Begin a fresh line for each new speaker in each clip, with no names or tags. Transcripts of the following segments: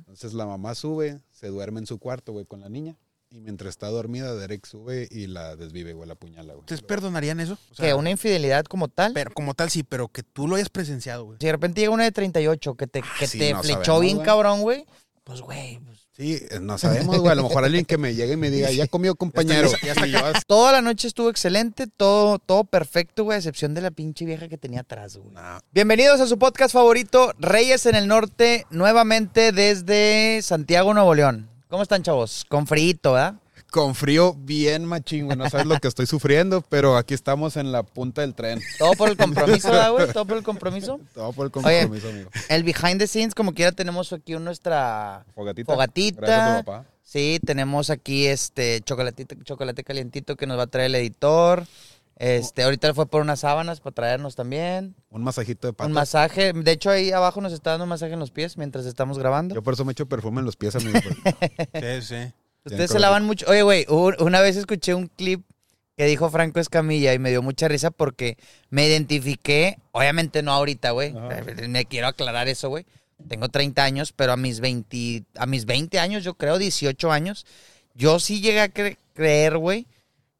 Entonces la mamá sube, se duerme en su cuarto, güey, con la niña. Y mientras está dormida, Derek sube y la desvive, güey, la puñala, güey.
¿Ustedes perdonarían eso? O sea,
que una infidelidad como tal.
Pero como tal sí, pero que tú lo hayas presenciado, güey.
Si de repente llega una de 38 que
Ah,
te, que
sí,
te
no
flechó
sabemos,
bien
güey.
cabrón, güey. Pues, güey. pues,
Sí, eh, no sabemos, güey. A lo mejor alguien que me llegue y me diga, ya comió compañero.
Ya está, ya está-
Toda la noche estuvo excelente, todo, todo perfecto, güey, a excepción de la pinche vieja que tenía atrás, güey.
Nah.
Bienvenidos a su podcast favorito, Reyes en el Norte, nuevamente desde Santiago, Nuevo León. ¿Cómo están, chavos? Con frito, ¿verdad?
Con frío bien machín, güey. No sabes lo que estoy sufriendo, pero aquí estamos en la punta del tren.
Todo por el compromiso, ¿verdad, güey? Todo por el compromiso.
Todo por el
Oye.
compromiso, amigo.
El behind the scenes, como quiera, tenemos aquí nuestra
Fogatita.
fogatita.
Gracias a tu papá.
Sí, tenemos aquí este chocolatito, chocolate calientito que nos va a traer el editor. Este, ahorita fue por unas sábanas para traernos también.
Un masajito de patas.
Un masaje. De hecho, ahí abajo nos está dando un masaje en los pies mientras estamos grabando.
Yo por eso me echo perfume en los pies, amigo. pues. porque-
Sí, sí.
Ustedes
Bien,
se lavan mucho. Oye, güey, u- una vez escuché un clip que dijo Franco Escamilla y me dio mucha risa porque me identifiqué. Obviamente no ahorita, güey.
Ajá.
Me quiero aclarar eso, güey. Tengo 30 años, pero a mis 20, a mis 20 años, yo creo, 18 años, yo sí llegué a cre- creer, güey,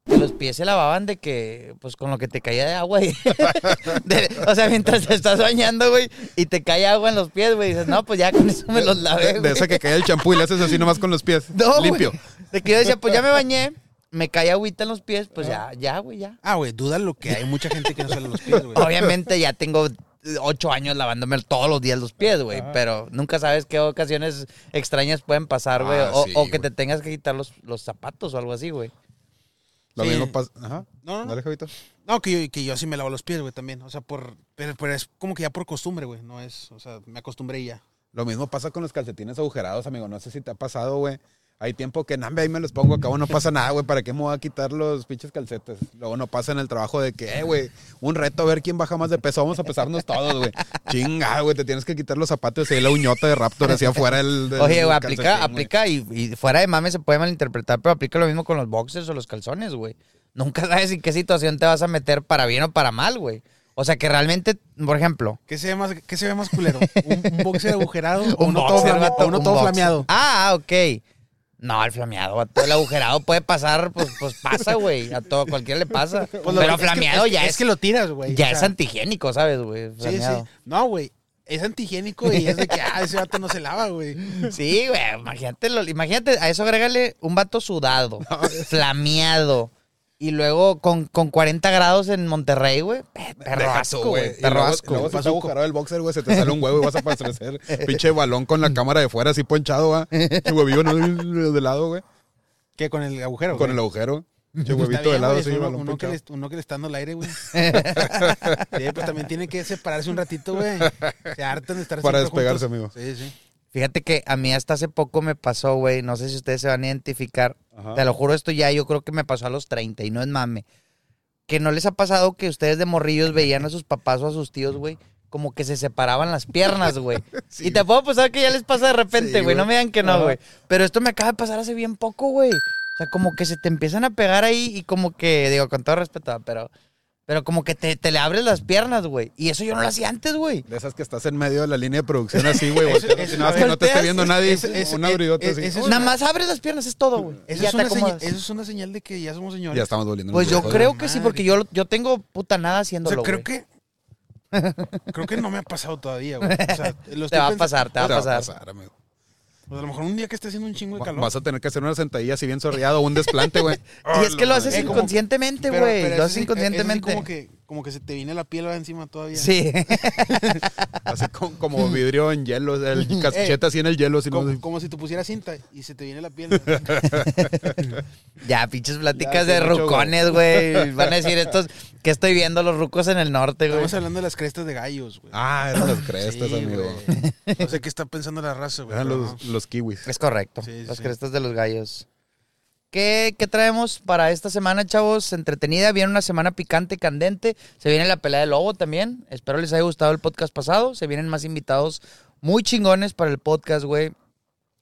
que los pies se lavaban de que, pues con lo que te caía de agua. y- de- o sea, mientras te estás bañando, güey, y te cae agua en los pies, güey, dices, no, pues ya con eso me los lavé.
de, de
güey".
esa que cae el champú y le haces así nomás con los pies.
No, güey.
Limpio.
De que yo decía, pues ya me bañé, me caí agüita en los pies, pues ya, ya, güey, ya.
Ah, güey, duda lo que hay mucha gente que no sale los pies, güey.
Obviamente ya tengo eh, ocho años lavándome todos los días los pies, güey, pero nunca sabes qué ocasiones extrañas pueden pasar, güey,
Ah,
o,
sí,
o que
güey.
te tengas que quitar los, los zapatos o algo así, güey.
Lo
Sí.
mismo pasa. Ajá.
No, no, no.
Dale, Javito.
No, que yo, que yo sí me lavo los pies, güey, también. O sea, por, pero, pero es como que ya por costumbre, güey. No es, o sea, me acostumbré y ya.
Lo mismo pasa con los calcetines agujerados, amigo. No sé si te ha pasado, güey. Hay tiempo que, nambe, ahí me los pongo, acabo no pasa nada, güey. ¿Para qué me voy a quitar los pinches calcetes? Luego no pasa en el trabajo de que, eh, güey, un reto a ver quién baja más de peso. Vamos a pesarnos todos, güey. Chinga, güey, te tienes que quitar los zapatos y ahí la uñota de Raptor hacia afuera del. del
Oye, güey,
calcetín,
aplica,
güey.
aplica y, y fuera de mame se puede malinterpretar, pero aplica lo mismo con los boxers o los calzones, güey. Nunca sabes en qué situación te vas a meter para bien o para mal, güey. O sea que realmente, por ejemplo,
¿Qué se ve más, qué se ve más culero? ¿Un, un boxer agujerado o
Un
uno todo,
boxer,
flame-
vato,
o uno
un
todo
boxer.
flameado?
Ah, ok. No, el flameado, vato, el agujerado puede pasar, pues, pues pasa, güey. A todo, cualquiera le pasa.
Pues lo-
Pero
es que-
flameado
es que-
ya
Es
es,
que lo tiras, güey.
ya
O
es
sea,
antihigiénico, ¿sabes, güey?
Sí,
Flameado.
sí. No, güey. Es antihigiénico y es de que, ah, ese vato no se lava, güey.
Sí, güey, imagínate, lo- imagínate, a eso agrégale un vato sudado, flameado, y luego con, con 40 grados en Monterrey, güey, pe- perro
Deja
asco,
tú,
güey,
Y
perro
luego-
asco.
Luego se está agujerado el boxer, güey, se te sale un huevo y vas a parecer pinche balón con la cámara de fuera así ponchado, va. Pinche huevillo ¿no? de lado, güey.
Que con el agujero,
Con
güey.
el agujero. Pinche
Pues
huevito
está
de
bien,
lado,
güey,
así,
es uno,
balón
uno que
ponchado.
le, uno que le está dando el aire, güey. sí, pues también tiene que separarse un ratito, güey. Se hartan de estar
Para
siempre
despegarse,
juntos. Sí, sí.
Fíjate que a mí hasta hace poco me pasó, güey, no sé si ustedes se van a identificar,
Ajá.
Te lo juro, esto ya yo creo que me pasó a los 30 y no es mame. Que no les ha pasado que ustedes de morrillos veían a sus papás o a sus tíos, güey, como que se separaban las piernas, güey.
Sí,
y te puedo pasar que ya les pasa de repente,
Sí,
güey. No
güey.
me digan que no,
Ajá.
güey. Pero esto me acaba de pasar hace bien poco, güey. O sea, como que se te empiezan a pegar ahí y como que, digo, con todo respeto, pero, pero como que te, te le abres las piernas, güey. Y eso yo no lo hacía antes, güey.
De esas que estás en medio de la línea de producción así, güey.
Eso-
volteando,
eso-
y nada más que no te esté
volteas,
viendo nadie.
eso- eso-
un abridota
es-
así.
eso-
Uy,
Nada más abres las piernas, es todo, güey. Y
Eso,
ya
es
te
una señal,
acomodas.
eso es una señal de que ya somos señores.
ya estamos volviendo.
Pues yo
Hijo de
creo
la
que sí,
madre.
porque yo, lo- yo tengo puta nada
O sea,
haciéndolo,
creo
güey.
que. Creo que no me ha pasado todavía, güey. O sea, lo
Te
estoy
va a
pensando-
pasar, te va a pasar.
amigo.
O sea, a lo mejor un día que esté haciendo un chingo de
Va-
calor.
Vas a tener que hacer una sentadilla así bien sorreado o un desplante, güey.
Y es que lo haces
Eh, como-
inconscientemente,
Pero-
Este güey.
pero
Lo
eso
haces
sí- eso sí
inconscientemente.
Como que, como que se te viene la piel encima todavía.
Sí.
Así con- como vidrio en hielo, el
Eh,
casquete así en el hielo. Así
Como,
no,
como si te pusieras cinta y se te viene la piel.
ya, pinches pláticas
Ya,
de
sí, mucho,
rucones, güey. Van a decir estos que estoy viendo los rucos en el norte, güey.
Estamos hablando de las crestas de gallos, güey.
ah, eran las crestas,
Sí,
amigo.
güey. No sé qué está pensando la raza, güey.
Eran
pero
los, los kiwis.
Es correcto.
Sí, sí,
Las
sí.
crestas de los gallos. ¿Qué, qué traemos para esta semana, chavos? Entretenida. Viene una semana picante, candente. Se viene la pelea del lobo también. Espero les haya gustado el podcast pasado. Se vienen más invitados muy chingones para el podcast, güey.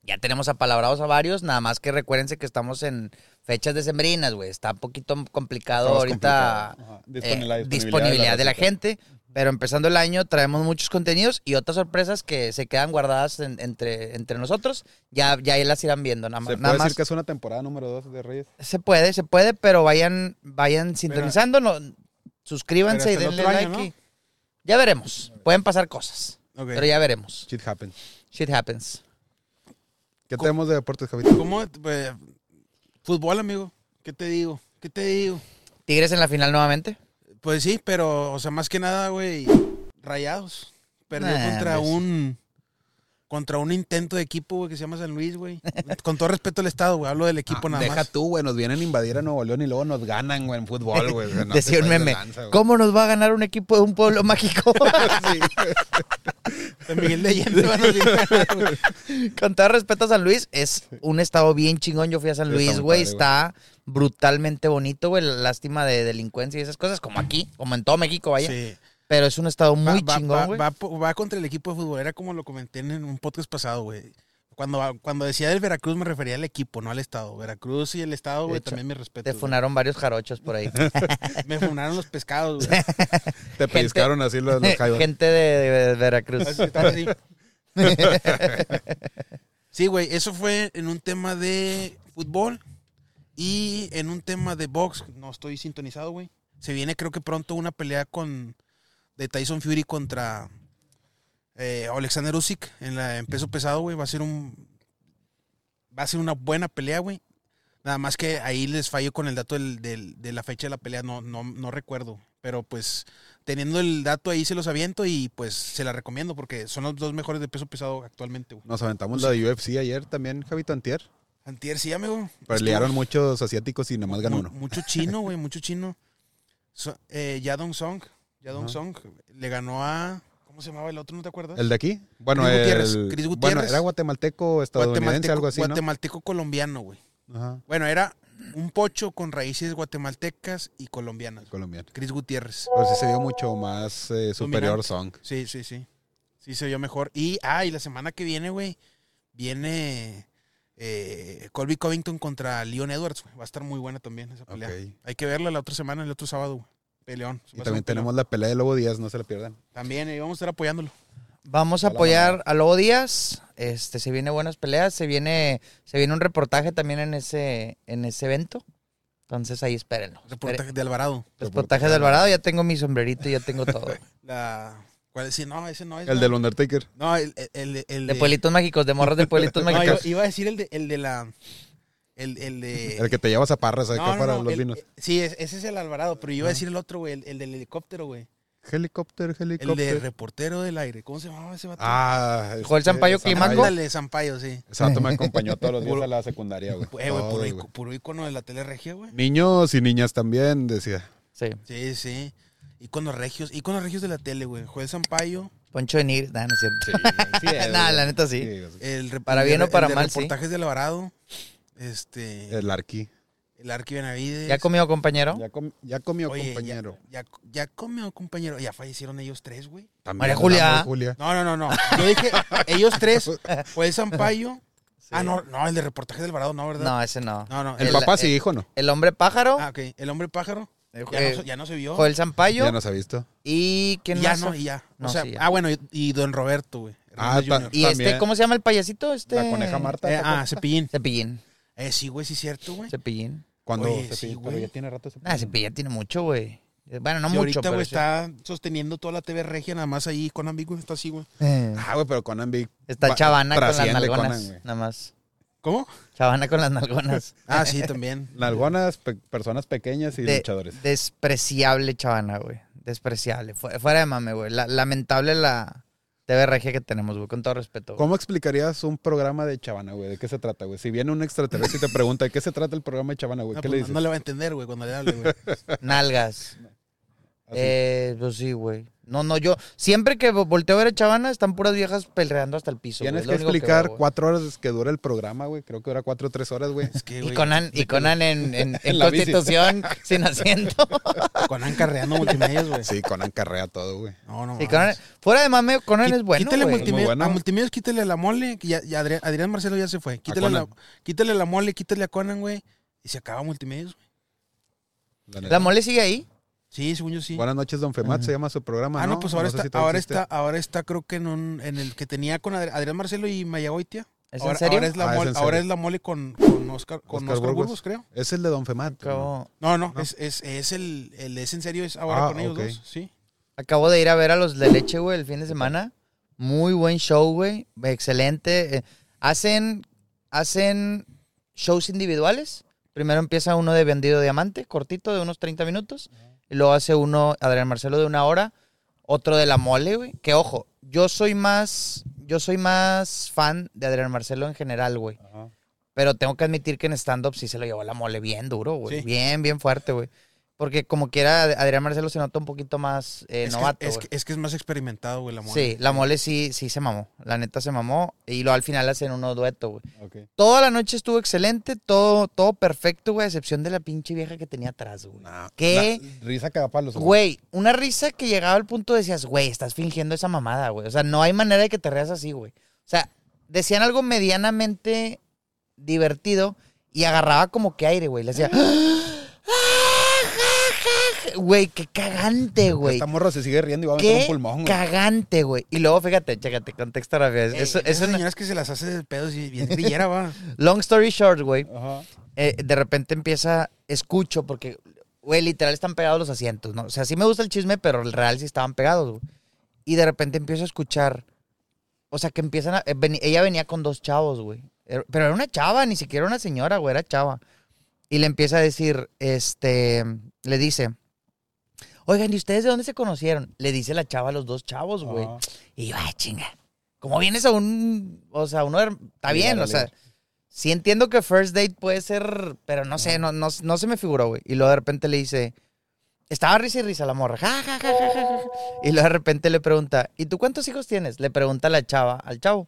Ya tenemos apalabrados a varios. Nada más que recuérdense que estamos en fechas decembrinas, güey. Está un poquito complicado
Estamos
ahorita
complicados. Ajá.
eh, disponibilidad,
de
de la
racita.
gente. Pero empezando el año traemos muchos contenidos y otras sorpresas que se quedan guardadas en- entre, entre nosotros. Ya, ya ahí las irán viendo, nada,
¿Se
ma-
puede
nada
decir
más.
que es una temporada número 2 de Reyes?
Se puede, se puede, pero vayan, vayan sintonizando, no- suscríbanse y
pero hasta el
denle
otro
like.
año,
y- Ya veremos, pueden pasar cosas,
Ok.
pero ya veremos.
Shit happens.
Shit happens.
¿Qué
Co-
tenemos de deportes, Javito?
¿Cómo? eh, fútbol, amigo. ¿Qué te digo? ¿Qué te digo?
Tigres en la final nuevamente.
Pues sí, pero, o sea, más que nada, güey, rayados. Perdió
Nah,
contra
pues.
un. Contra un intento de equipo, güey, que se llama San Luis, güey. Con todo respeto al Estado, güey. Hablo del equipo
Ah,
nada
deja
más.
tú, güey. Nos vienen a invadir a Nuevo León y luego nos ganan, güey, en fútbol, güey. O sea, no te
Decía un
pases de
meme,
lanza, güey.
¿cómo nos va a ganar un equipo de un pueblo mágico?
Sí, güey.
San Miguel de Allende van a decir, güey.
Con todo respeto a San Luis, es un estado bien chingón. Yo fui a San
Sí,
Luis,
está muy
güey.
padre,
Está brutalmente bonito, güey. Lástima de delincuencia y esas cosas, como aquí, como en todo México, vaya.
Sí.
Pero es un estado
Va-
muy
va- va-
chingón, güey.
Va, po- va contra el equipo de fútbol. Era como lo comenté en un podcast pasado, güey. Cuando, cuando decía del Veracruz me refería al equipo, no al Estado. Veracruz y el Estado,
De
güey,
hecho,
también me respeto.
Te funaron varios jarochos por ahí.
Me funaron los pescados, güey.
Te pellizcaron así los, los jaivas.
Gente de, de Veracruz.
Así estaba así. Sí, güey, eso fue en un tema de fútbol y en un tema de box. No estoy sintonizado, güey. Se viene, creo que pronto, una pelea con de Tyson Fury contra eh, Alexander Usyk en, la, en peso pesado, güey. Va a ser un va a ser una buena pelea, güey. Nada más que ahí les fallo con el dato del- del- de la fecha de la pelea, no, no, no recuerdo. Pero pues teniendo el dato ahí se los aviento y pues se la recomiendo porque son los dos mejores de peso pesado actualmente, güey.
Nos aventamos la de UFC ayer también, Javito Antier.
Antier sí, amigo.
Pelearon muchos asiáticos y nada más ganó
Mu-
uno.
Mucho chino, güey, mucho chino. So- eh, Yadong Song, Yadong
Ajá.
Song le ganó a ¿cómo se llamaba el otro? ¿No te acuerdas?
¿El de aquí? Bueno,
Chris
el-
Gutiérrez, Chris
bueno,
Gutiérrez.
era guatemalteco, estadounidense, algo así, ¿no?
guatemalteco colombiano, güey.
Ajá,
Bueno, era un pocho con raíces guatemaltecas y colombianas.
colombiano.
Cris Gutiérrez.
Pero sí se vio mucho más eh, superior
Dominante.
Song.
Sí, sí, sí. Sí se vio mejor. Y, ah, y la semana que viene, güey, viene eh, Colby Covington contra Leon Edwards, güey. Va a estar muy buena también esa pelea.
Ok.
Hay que verla la otra semana, el otro sábado, güey. Peleón.
Y
Va
también
a ser un peleón.
tenemos la pelea de Lobo Díaz, no se la pierdan.
También, eh, vamos a estar apoyándolo.
Vamos a
A la
apoyar a Lobo Díaz. Este, se viene buenas peleas, se viene, se viene un reportaje también en ese, en ese evento. Entonces ahí espérenlo.
Reportaje de Alvarado.
Reportaje de Alvarado, ya tengo mi sombrerito, ya tengo todo.
La... ¿Cuál es? Sí, no, ese no es.
El
¿no?
del Undertaker.
No, el, el, el- el
De Pueblitos Mágicos, de morros de Pueblitos
No, iba,
Mágicos.
iba a decir el de, el de la... El, el de...
El que te llevas a parras acá
No, no,
para
no,
los
el-
vinos. Ah.
eh, Sí, es- ese es el Alvarado, pero yo iba a decir el otro, güey, el, el del helicóptero, güey.
Helicóptero,
El de
helicóptero.
reportero del aire. ¿Cómo se llamaba ese vato?
Ah, el
Joel Sampaio Climaco.
Ándale, Sampaio, sí.
Exacto, me acompañó todos los días a la secundaria, güey.
Eh, güey,
Todos,
puro,
güey.
ico- puro icono de la tele regia, güey.
Niños y niñas también, decía.
Sí.
Sí, sí. Iconos regios, iconos regios de la tele, güey. Joel Sampaio,
Poncho de Nigris. Nah, no es cierto.
es,
Nah,
güey.
la neta sí.
Sí,
el re-
Para
el de-
bien o para
el de
mal, sí.
reportajes del Alvarado, este, el,
El arqui.
Arqui Benavides.
¿Ya comió, compañero?
Ya, com- ya comió,
Oye,
compañero.
Ya, ya comió, compañero. Ya fallecieron ellos tres, güey.
También
María
la
Julia.
amó Julia.
No, no, no, no. Yo dije, ellos tres, Joel Sampaio.
Sí.
Ah, no, no, el de reportajes del Alvarado, no, ¿verdad?
No, ese no.
No, no.
El,
El-
papá
el-
sí dijo, ¿no?
El hombre pájaro,
Ah, ok. El hombre pájaro.
eh,
Ya, no, se- ya no se vio.
Joel Sampaio
Ya nos ha visto.
y
Y
¿quién
ya
más?
no, y ya.
No,
o sea,
sí, ya.
ah, bueno, y, y Don Roberto, güey.
Ah,
Hernández
ta-
Jr.
y
también.
este, ¿cómo se llama el payasito? Este...
La coneja Marta.
Eh,
¿te
ah,
acuerdas?
Cepillín.
Cepillín.
Eh, sí, güey, sí es cierto, güey.
Cepillín.
Cuando
Oye,
se
sí,
pide, pero
güey.
ya tiene rato se
Ah,
pide.
Cepillín tiene mucho, güey. Bueno, no
y
mucho,
ahorita,
pero
güey,
sí.
está sosteniendo toda la TV regia, nada más ahí con amigos, está así, güey.
Eh,
Ah, güey, pero Conan Big.
Está
va-
chavana con las
trasciende Conan,
nalgonas,
güey.
nada más.
¿Cómo?
Chavana con las nalgonas.
Ah, sí, también.
Nalgonas, pe- personas pequeñas y
De-
luchadores.
Despreciable chavana, güey. Despreciable. Fu- fuera de mame, güey. La- lamentable la TVRG que tenemos, güey. Con todo respeto. güey.
¿Cómo explicarías un programa de Chavana, güey? ¿De qué se trata, güey? Si viene un extraterrestre y te pregunta, ¿de qué se trata el programa de Chavana, güey?
No,
¿Qué le
pues, no-
dices?
no le va a entender, güey, cuando le hable, güey.
Nalgas.
Ah, Así.
Eh, pues sí, güey. No, no, yo. Siempre que vo- volteo a ver a Chavana, están puras viejas peleando hasta el piso. güey.
Tienes
Es lo
que
único
explicar
veo, güey.
cuatro horas que dura el programa, güey. Creo que dura cuatro o tres horas, güey.
Es que,
Y
güey,
Conan, y Conan en, en- en
En la bici.
Constitución sin asiento.
Conan carreando multimedios, güey.
Sí, Conan carrea todo, güey.
No, no.
Y
mames.
Conan- fuera de mame, Conan
Quí-
es bueno.
Quítale
güey.
multi-
multimedia-
Muy bueno.
A multimedios, quítale la mole. Que ya, ya Adrián, Adrián Marcelo ya se fue. Quítale, la,
Conan.
quítale la mole, quítale a Conan, güey. Y se acaba multimedios, güey.
La neta.
¿La mole sigue ahí?
Sí, según yo sí.
Buenas noches, don Femat, se llama su programa.
ah, no, pues ahora
No sé
está,
si todavía
ahora
existe.
está, ahora está creo que en un, en el que tenía con Adri- Adrián Marcelo y Mayagoitia.
¿Es
ahora,
en serio?
ahora es la
Ah, es
mole,
en
ahora
serio.
es la mole con, con Oscar, con
Oscar
Oscar,
Burgos.
Burgos, creo.
Es el de don Femat.
Acabo,
No, no,
No.
Es, es, es el, el es en serio, es ahora
Ah,
con ellos
ok.
dos, sí.
acabo de ir a ver a los de leche, güey, el fin de semana. Muy buen show, güey. Excelente. Eh, Hacen, hacen shows individuales. Primero empieza uno de Vendido Diamante, cortito, de unos 30 minutos. Y luego hace uno, Adrián Marcelo, de una hora. Otro de La Mole, güey. Que ojo, yo soy más, yo soy más fan de Adrián Marcelo en general, güey.
Ajá.
Pero tengo que admitir que en stand-up sí se lo llevó la mole bien duro, güey.
Sí.
Bien, bien fuerte, güey. Porque como quiera, Ad- Adrián Marcelo se nota un poquito más eh,
es,
novato,
que, es,
güey.
que, es que es más experimentado, güey, la Eh, mole.
Sí, la mole sí, sí se mamó. La neta se mamó. Y luego al final hacen uno dueto, güey.
Ok.
Toda la noche estuvo excelente, todo, todo perfecto, güey, a excepción de la pinche vieja que tenía atrás, güey.
Nah,
¿Qué?
La- risa cagapalos.
Güey, una risa que llegaba al punto de decías, güey, estás fingiendo esa mamada, güey. O sea, no hay manera de que te reas así, güey. O sea, decían algo medianamente divertido y agarraba como que aire, güey. Le "Ah, hacía. Güey, qué cagante, güey.
Esta morra se sigue riendo y va a meter
Qué
un pulmón. güey.
cagante, güey. Y luego, fíjate, chécate, contexto rápido.
Ey,
Eso,
esas
eso no-
señoras que se las hace de pedos y bien grillera, va.
Long story short, güey.
Ajá.
eh, de repente empieza, escucho, porque, güey, literal están pegados los asientos, ¿no? O sea, sí me gusta el chisme, pero el real sí estaban pegados, güey. Y de repente empiezo a escuchar, o sea, que empiezan a, eh, veni- ella venía con dos chavos, güey. Er- Pero era una chava, ni siquiera una señora, güey, era chava. Y le empieza a decir, este, le dice, oigan, ¿y ustedes de dónde se conocieron? Le dice la chava a los dos chavos, güey.
Ajá.
Y yo, ah, chinga. Como vienes a un. O sea, uno. her-
Ligar,
Está bien,
a
o sea.
ligar.
Sí entiendo que first date puede ser. Pero no sé, no, no, no se me figuró, güey. Y luego de repente le dice. Estaba risa y risa la morra. Ja, ja, ja, ja, ja, ja. Y luego de repente le pregunta, ¿y tú cuántos hijos tienes? Le pregunta la chava al chavo.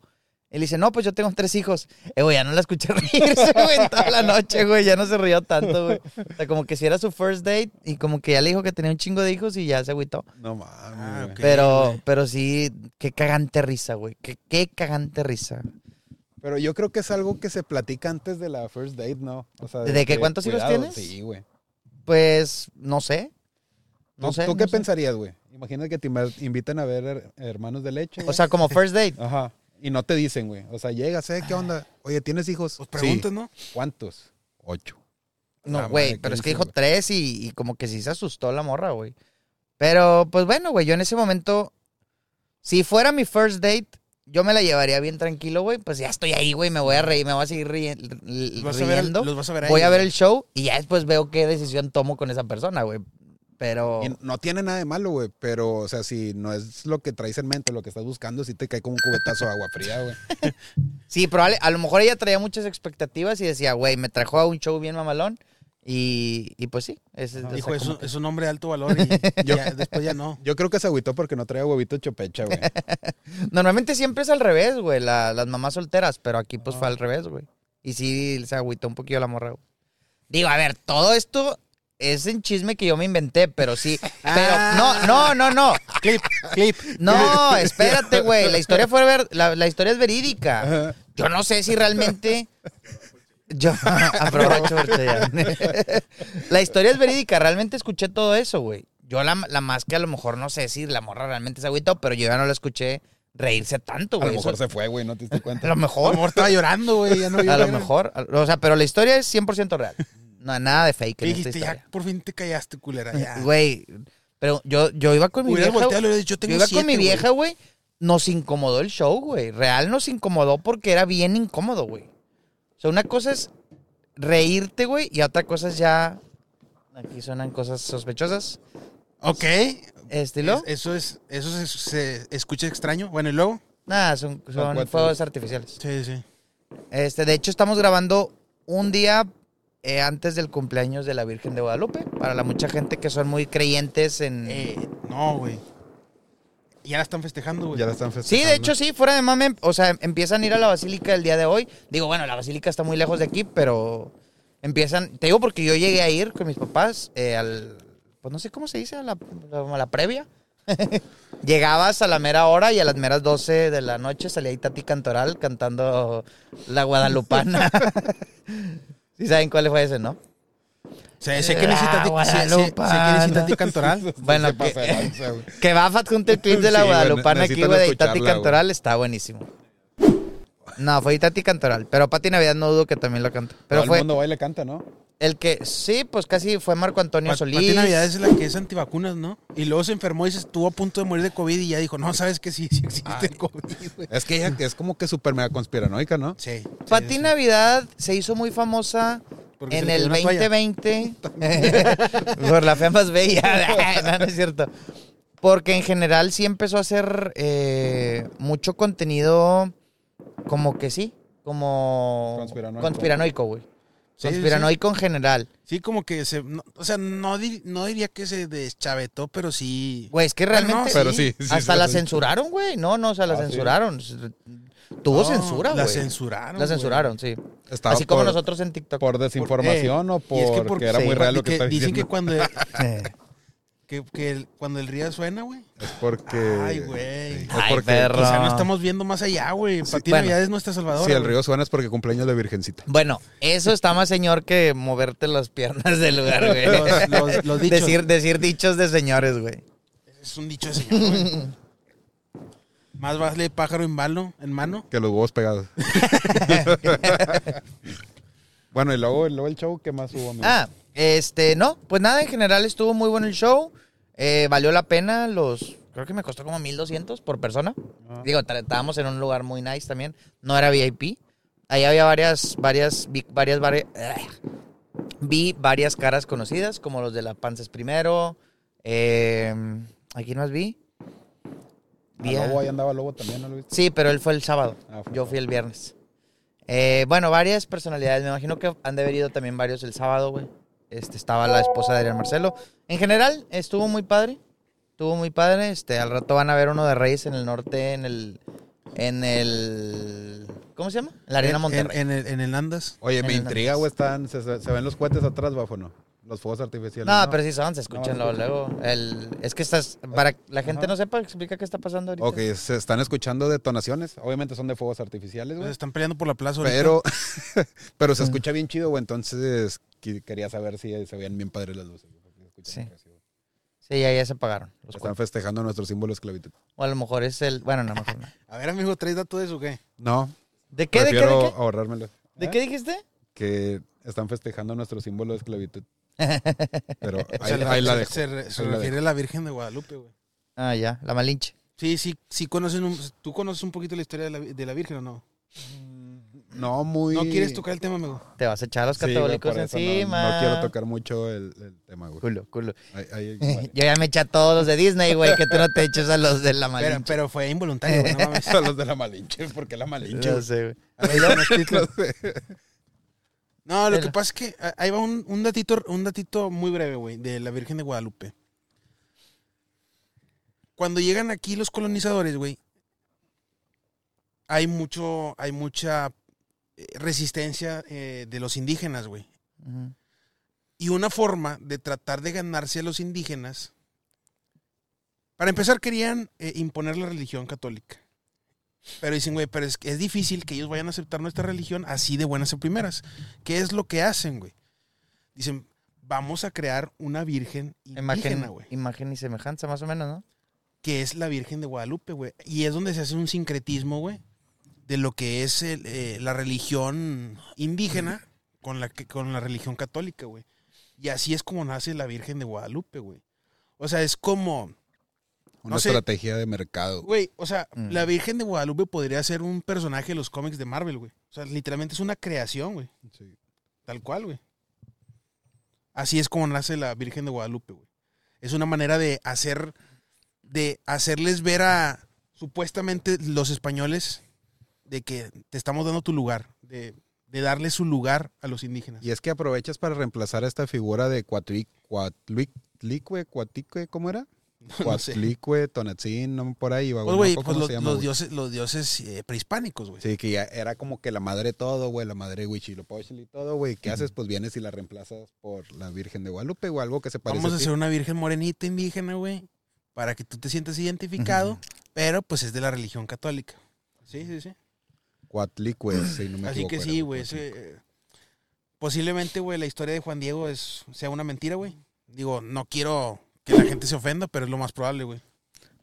Él dice, no, pues yo tengo tres hijos. Eh, güey, ya no la escuché reírse, güey, en toda la noche, güey. Ya no se rió tanto, güey. O sea, como que si era su first date y como que ya le dijo que tenía un chingo de hijos y ya se agüitó.
No mames.
Ah,
güey.
ok.
Pero,
güey.
pero sí, qué cagante risa, güey. Qué, qué cagante risa.
Pero yo creo que es algo que se platica antes de la first date, ¿no? O sea,
¿De qué? ¿Cuántos hijos
cuidado,
tienes?
Sí, güey.
Pues, no sé. No
¿Tú,
sé.
tú qué
no sé.
pensarías, güey? Imagínate que te inv- invitan a ver her- hermanos de leche.
O
güey.
sea, como first date.
Ajá. Y no te dicen, güey. O sea, llegas, ¿eh? ¿Qué onda? Oye, ¿tienes hijos?
Pues preguntas, ¿no?
Sí. ¿Cuántos? Ocho.
No,
Ah,
La
güey,
madre,
pero es que
quince,
dijo
güey.
tres y, y como que sí se asustó la morra, güey. Pero, pues bueno, güey, yo en ese momento, si fuera mi first date, yo me la llevaría bien tranquilo, güey. Pues ya estoy ahí, güey, me voy a reír, me voy a seguir ri-
Los
ri-
vas a ver,
riendo.
los vas a ver
voy a
ellos,
ver el show y ya después veo qué decisión tomo con esa persona, güey. Pero...
Y no tiene nada de malo, güey. Pero, o sea, si no es lo que traes en mente, lo que estás buscando, si te cae como un cubetazo de agua fría, güey.
Sí, probable. A lo mejor ella traía muchas expectativas y decía, güey, me trajo a un show bien mamalón. Y, y pues sí. ese- o sea,
Dijo, es,
como
un-
que-
es un hombre de alto valor y ya, después ya no.
Yo creo que se agüitó porque no traía huevito chopecha, güey.
Normalmente siempre es al revés, güey, la- las mamás solteras, pero aquí pues fue al revés, güey. Y sí, se agüitó un poquillo la morra, güey. Digo, a ver, todo esto es en chisme que yo me inventé, pero sí. Pero no, no, no, no.
Clip, clip.
No, espérate, güey. La historia fue ver, la, la historia es verídica. Yo no sé si realmente. Yo aprovecho porque ya- La historia es verídica. Realmente escuché todo eso, güey. Yo la, la más que a lo mejor no sé si la morra realmente se agüitó, pero yo ya no la escuché reírse tanto,
A lo
güey. Eso-
mejor se fue, güey, no te diste
A
cuenta.
lo
A lo
mejor.
mejor estaba llorando, güey. Ya no
A lo
llora.
mejor. O sea, pero la historia es 100% real. No, nada de fake
¿Qué
en esta
dijiste,
historia.
ya por fin te callaste, culera. Ya.
Güey, pero yo, yo iba con mi
Hubieras
vieja.
volteado y le hubieras dicho, yo tengo
Yo iba
siete,
con mi
güey.
vieja, güey. Nos incomodó el show, güey. Real nos incomodó porque era bien incómodo, güey. O sea, una cosa es reírte, güey, y otra cosa es ya. Aquí suenan cosas sospechosas. Este,
Ok.
Estilo.
Es- eso es, eso se, se escucha extraño. Bueno, ¿y luego?
Nada, son, son
cuatro.
fuegos artificiales.
Sí, sí.
Este, de hecho, estamos grabando un día eh, antes del cumpleaños de la Virgen de Guadalupe. Para la mucha gente que son muy creyentes en.
Eh, no, güey. Ya la están festejando, güey.
Ya la están festejando.
Sí, de hecho sí, fuera de mame, o sea, empiezan a ir a la basílica el día de hoy. Digo, bueno, la basílica está muy lejos de aquí, pero empiezan, te digo porque yo llegué a ir con mis papás eh, al, pues no sé cómo se dice, a la, a la previa. Llegabas a la mera hora y a las meras 12 de la noche salía ahí Tati Cantoral cantando la guadalupana. sí saben cuál fue ese, ¿no?
Sé, sé que necesitas
Ah,
sé- sé- sé que necesitas ti cantoral.
Bueno,
Se pasa
que-
de lanza, güey.
Que va junto el tweet de la
Sí, güey,
Guadalupana aquí,
necesitan
güey, de
escucharla,
Itati
güey.
Cantoral, está buenísimo. No, fue Itati Cantoral, pero Pati Navidad no dudo que también lo canta. Pero
Todo
fue
el mundo baila y canta, ¿no?
el que, sí, pues casi fue Marco Antonio
Pa-
Solís.
Pati Navidad es la que es antivacunas, ¿no? Y luego se enfermó y se estuvo a punto de morir de COVID y ya dijo, no, sabes que sí, sí existe el COVID, güey.
Pues, Es que ella es como que súper mega conspiranoica, ¿no?
Sí. sí,
Pati
sí.
Navidad se hizo muy famosa
Porque se
en
le cayó
el
una toalla.
2020 por la fea más bella. no, no es cierto. Porque en general sí empezó a hacer eh, mucho contenido como que sí, como
Conspiranoico.
conspiranoico, güey.
Sí, sí,
conspiranoico en general.
Sí, como que se. no- o sea, no, di- no diría que se deschavetó, pero sí.
Güey, es que
Bueno,
realmente
no,
pero sí, sí,
hasta
sí,
la
sí.
censuraron, güey. No, no, o sea, la
Ah, sí.
censuraron. Tuvo
No,
censura,
La
güey.
censuraron.
la
güey.
censuraron, sí.
Estaba
Así como
por-
nosotros en TikTok.
Por desinformación o
Y
por,
es que
que
porque
era
sí,
muy real lo
porque
que, está
Dicen que
diciendo.
cuando,
Eh.
que, que el- cuando el río suena, güey.
Es porque.
Ay, güey.
Es
Ay,
porque-
perro.
Quizá no estamos viendo más allá, güey. Pati
bueno.
Navidad es nuestra salvadora.
Si el
güey.
río suena es porque cumpleaños de virgencita.
Bueno, eso está más señor que moverte las piernas del lugar, güey.
Los- los- los dichos.
Decir, decir dichos de señores, güey.
Es un dicho de señor, güey. Más vale pájaro en mano, en mano.
Que los huevos pegados. bueno, y luego, y luego el show, ¿qué más hubo, amigo?
Ah, este, no, pues nada, en general estuvo muy bueno el show. Eh, valió la pena los, creo que me costó como 1200 por persona.
Ah.
Digo, tra- estábamos en un lugar muy nice también, no era VIP. Ahí había varias, varias, vi varias, vari- vi varias caras conocidas, como los de La Panza es primero. Eh, ¿A quién más vi?
A
Vi a-
Lobo, ahí andaba Lobo también, ¿no lo viste?
Sí, pero él fue el sábado.
Ah, fue
Yo fui el viernes. Eh, bueno, varias personalidades. Me imagino que han de haber ido también varios el sábado, güey. Este, estaba la esposa de Adrián Marcelo. En general, estuvo muy padre. Estuvo muy padre. Este, al rato van a ver uno de Reyes en el norte, en el. En el. ¿Cómo se llama? En la Arena
En-
Monterrey.
En, en el, en el Andas.
Oye, me
En el
intriga, güey. Están, se, se- se ven los cohetes atrás, bajo, ¿no? Los fuegos artificiales.
no, pero sí son, se escuchan
No, no
luego. luego. El, es que estás. Para que la gente
Ajá.
no sepa, explica qué está pasando ahorita.
Ok, se están escuchando detonaciones. Obviamente son de fuegos artificiales,
Pues
güey.
están peleando por la plaza. ahorita.
Pero, pero
Mm.
se escucha bien chido, güey. Entonces qui- quería saber si se veían bien padres las luces. güey, porque se escuchan
Sí. Pues
bien recio.
Sí, ya, ya se apagaron. los
Están
cuatro.
festejando nuestro símbolo de esclavitud.
O a lo mejor es el. Bueno, no, mejor no.
A ver, amigo, ¿traes datos de eso o qué?
No,
¿De qué? ¿De qué? ¿De
prefiero
qué?
ahorrármelo.
¿De
¿Eh?
qué dijiste?
Que están festejando nuestro símbolo de esclavitud. Pero ahí,
se re-
ahí la
se-
dejo.
Se, re- se
Ahí la
refiere a la Virgen de Guadalupe, güey.
Ah, ya, la Malinche.
Sí, sí, sí conocen un- ¿Tú conoces un poquito la historia de la, de la Virgen o no?
No muy...
¿No quieres tocar el tema, amigo?
Te vas a echar a los
Sí, güey,
católicos
por eso no-
encima.
No, quiero tocar mucho el, el tema, güey.
Culo, culo.
Ahí- ahí-
Yo ya me eché a todos los de Disney, güey, que tú no te eches a los de la
Pero,
Malinche.
pero fue involuntario, güey, no mames.
Son los de la Malinche. ¿Por qué la Malinche?
No
güey?
sé, güey.
A ver, dame, explica. No, lo
Pero-
que pasa es que ah, ahí va un, un datito, un datito muy breve, güey, de la Virgen de Guadalupe. Cuando llegan aquí los colonizadores, güey, hay mucho, hay mucha eh, resistencia eh, de los indígenas, güey.
Ujú.
Y una forma de tratar de ganarse a los indígenas. Para empezar, querían eh, imponer la religión católica. Pero dicen, güey, pero es, que es difícil que ellos vayan a aceptar nuestra religión así de buenas a primeras. ¿Qué es lo que hacen, güey? Dicen, vamos a crear una virgen indígena,
Imagen,
güey.
imagen y semejanza, más o menos, ¿no?
Que es la Virgen de Guadalupe, güey. Y es donde se hace un sincretismo, güey, de lo que es el, eh, la religión indígena con la, que- con la religión católica, güey. Y así es como nace la Virgen de Guadalupe, güey. O sea, es como,
Una
No sé.
estrategia de mercado. güey.
güey, o sea,
Mm.
la Virgen de Guadalupe podría ser un personaje de los cómics de Marvel, güey. O sea, literalmente es una creación, güey.
Sí.
Tal cual, güey. Así es como nace la Virgen de Guadalupe, güey. Es una manera de hacer, de hacerles ver a supuestamente los españoles de que te estamos dando tu lugar, de, de darle su lugar a los indígenas.
Y es que aprovechas para reemplazar esta figura de Cuatlic, Cuatlicue, Cuaticue, ¿cómo era?
No sé.
Cuatlicue, Tonatzin, no, por ahí iba,
Pues,
güey.
güey,
No me acuerdo cómo
pues los,
se llama,
los
güey.
dioses, los dioses eh, prehispánicos, güey.
Sí, que ya era como que la madre de todo, güey, la madre de Huichilopochtli y todo, güey. ¿Qué haces? Pues vienes y la reemplazas por la Virgen de Guadalupe o algo que se parece
Vamos a
ti.
hacer una virgen morenita indígena, güey, para que tú te sientas identificado, pero pues es de la religión católica. Sí, sí, sí.
Cuatlicue, si no me
Así
equivoco,
que
era,
sí, güey.
Cuatlicue.
ese, eh, Posiblemente, güey, la historia de Juan Diego es, sea una mentira, güey. Digo, no quiero que la gente se ofenda, pero es lo más probable, güey.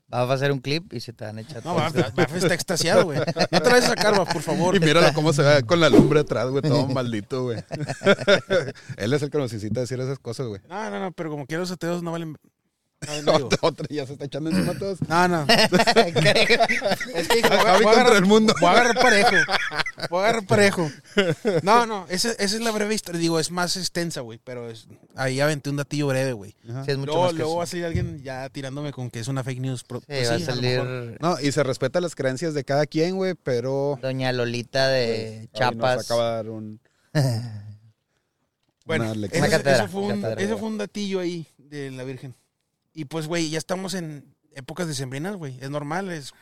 Vas a hacer un clip y se te van a echar
No,
todos.
Baf, Baf está extasiado, güey. No te la vayas a sacar, Baf, por favor.
Y míralo cómo se ve con la lumbre atrás, güey, todo maldito, güey. Él es el que nos incita a decir esas cosas, güey.
No, no, no, pero como quiero los ateos no valen... No, no, digo.
Otra, otra ya se está echando encima a todos.
no. no. Es que, hijo, voy a-
Javi
voy a
contra
agarrar-
el mundo.
Voy a agarrar parejo. Voy a agarrar parejo. No, no, esa, esa es la breve historia. Digo, es más extensa, güey, pero es, ahí aventé un datillo breve, güey.
Sí, es mucho
Luego,
más que
luego
eso.
va a salir alguien ya tirándome con que es una fake news. pro-
Sí,
pues
va a
sí, lo mejor.
salir
No, y se respeta las creencias de cada quien, güey, pero...
Doña Lolita de
Ay, Nos
Eh, Chapas.
acaba de dar un...
Bueno,
una
eso,
lección.
Una
eso
cátedra,
fue un,
cátedra,
eso
güey.
fue un datillo ahí de la Virgen. Y pues, güey, ya estamos en épocas decembrinas, güey. Es normal, es,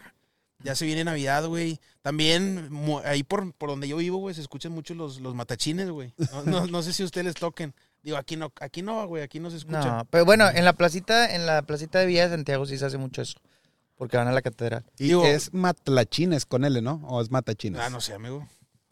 ya se viene Navidad, güey. También mu- ahí por, por donde yo vivo, güey, se escuchan mucho los, los matachines, güey. No, no- no sé si ustedes les toquen. Digo, aquí no, aquí no, güey, aquí no se escucha.
No, pero bueno, en la placita, en la placita de Villa de Santiago sí se hace mucho eso. Porque van a la catedral.
Y
Digo-
es matlachines con L, ¿no? O es matachines.
Ah, no sé, amigo.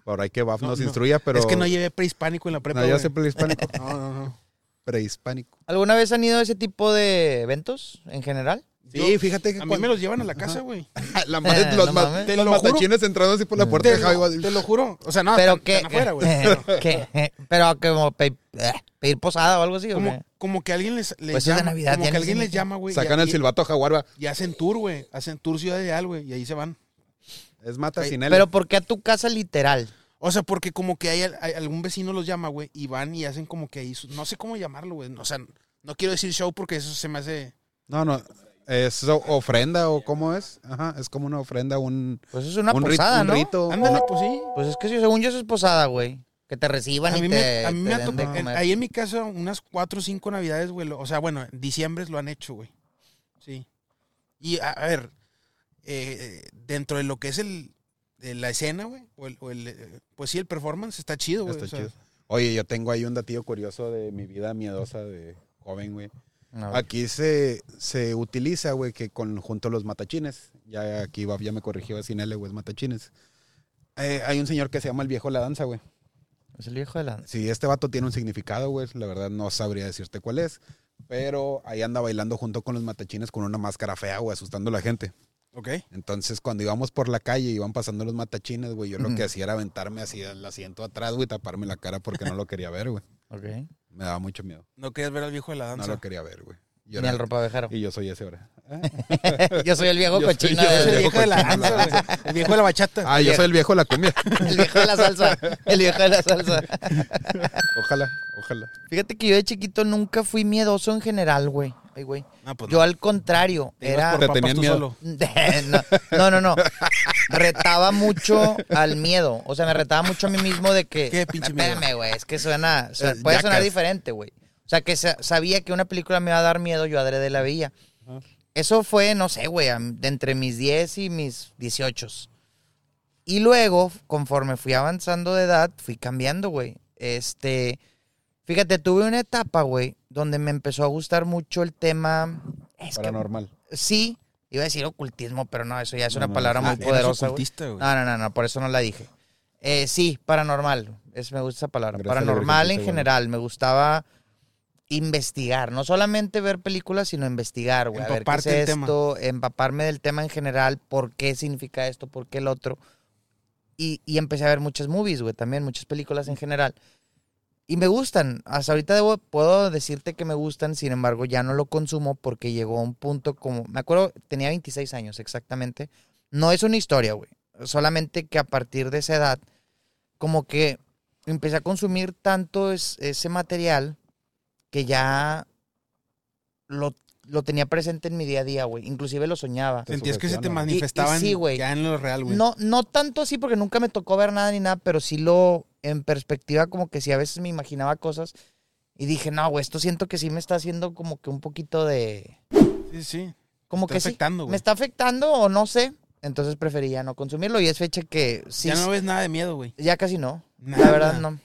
Por ahí que Baf
No,
nos
no.
instruya, pero...
Es que no llevé prehispánico en la prepa,
No, yo
güey.
sé prehispánico.
No, no, no.
prehispánico.
¿Alguna vez han ido a ese tipo de eventos en general?
Sí,
Yo-
fíjate que
A mí
cuando-
me los llevan a la casa, güey.
La madre,
Eh, No
los, ma-
mames.
Te
los
lo juro.
matachines entrando así por la puerta
Te,
de Javi.
lo-
güey.
te lo juro. O sea, no,
pero
están-
que, eh,
están afuera, güey.
que- pero como pe- eh, pedir posada o algo así, ¿o
Como,
qué?
como que alguien les, les
Pues es de
llama.
Navidad,
como que
ya
alguien
ni-
les llama, güey.
Sacan
y-
el
y-
silbato jaguar, va.
Y hacen tour, güey. Hacen tour Ciudad Ideal, güey. Y ahí se van.
Es mata
Ay,
sin L.
Pero ¿por qué a tu casa literal?
O sea, porque como que hay, al- hay- algún vecino los llama, güey. Y van y hacen como que ahí. su- No sé cómo llamarlo, güey. O sea, no quiero decir show porque eso se me hace.
No, no. Es o- ofrenda o cómo es. Ajá, es como una ofrenda, un,
Pues es una
un, rit-
posada,
un
¿no?
rito.
Ándale, pues sí.
Pues es que sí, según yo eso es posada, güey. Que te reciban
A
y
mí
te,
me, a mí
te
me ha
den
tocado.
de
en-
comer.
Ahí en mi casa, unas cuatro o cinco navidades, güey. lo- O sea, bueno, en diciembre lo han hecho, güey. Sí. Y a, a ver, eh, dentro de lo que es el. de la escena, güey. O el, o el, eh, pues sí, el performance está chido, güey.
Está
o sea,
chido. Oye, yo tengo ahí un datillo curioso de mi vida miedosa de joven, güey.
No,
Ah.
güey.
Aquí se, se utiliza, güey, que con, junto a los matachines, ya aquí Bab ya me corrigió sin L, güey, es matachines. Eh, hay un señor que se llama el viejo de la danza, güey.
Es el viejo de la...
Sí, este vato tiene un significado, güey. La verdad no sabría decirte cuál es. Pero ahí anda bailando junto con los matachines con una máscara fea, güey, asustando a la gente.
Ok.
Entonces, cuando íbamos por la calle y iban pasando los matachines, güey, yo lo
Ujú.
que hacía era aventarme así del asiento atrás, güey, taparme la cara porque no lo quería ver, güey.
Ok.
Me daba mucho miedo.
No querías ver al viejo de la
No
danza.
lo quería ver, güey. Yo
Ni
era-
al ropa vejero.
Y yo soy ese ahora. Ah,
yo soy el viejo
Yo soy-
cochino.
yo soy
Es
de-
el viejo de la danza, güey. El viejo de la bachata.
Ah, yo soy el viejo de la cumbia.
El viejo de la salsa. El viejo de la salsa.
Ojalá, ojalá.
Fíjate que yo de chiquito nunca fui miedoso en general, güey. Ay, güey.
Ah, pues no.
Yo al contrario,
Te ibas
era...
Te
por papas
tenían
tú
miedo.
solo.
no, no, no, no. Retaba mucho al miedo. O sea, me retaba mucho a mí mismo de que.
Qué pinche miedo.
Espérame, güey. Es que suena. su-
Eh,
puede sonar
yacas.
diferente, güey. O sea, que sa- sabía que una película me iba a dar miedo, yo adrede la villa. Eso fue, no sé, güey, a- de entre mis 10 y mis 18. Y luego, conforme fui avanzando de edad, fui cambiando, güey. Este. Fíjate, tuve una etapa, güey, donde me empezó a gustar mucho el tema. Es que
Paranormal.
sí, iba a decir ocultismo, pero no, eso ya es
No,
una
no,
palabra
ah,
muy
eres
poderosa. güey. Ah,
ocultista, güey.
No, no, no, no, por eso no la dije. Eh, sí, paranormal, es, me gusta esa palabra.
Gracias a la
paranormal en
Virgencita, güey.
general, me gustaba investigar, no solamente ver películas, sino investigar, güey. A ver qué es
Empaparte del tema.
esto, empaparme del tema en general, por qué significa esto, por qué el otro. Y, y empecé a ver muchas movies, güey, también muchas películas en general. Y me gustan. Hasta ahorita debo- puedo decirte que me gustan, sin embargo, ya no lo consumo porque llegó a un punto como. Me acuerdo, tenía 26 años exactamente. No es una historia, güey. Solamente que a partir de esa edad, como que empecé a consumir tanto es- ese material que ya lo, lo tenía presente en mi día a día, güey. Inclusive lo soñaba.
Sentías que se te
sugestiona, güey.
manifestaban
Y- y sí, güey.
ya en lo real, güey.
No, no tanto así porque nunca me tocó ver nada ni nada, pero sí lo en perspectiva como que sí a veces me imaginaba cosas y dije, no, güey, esto siento que sí me está haciendo como que un poquito de...
Sí, sí.
Como
Está
que sí,
afectando, güey.
me está afectando o no sé, entonces prefería no consumirlo y es fecha que sí,
ya
ya,
no ves nada de miedo, güey.
casi no,
Nada.
la verdad no.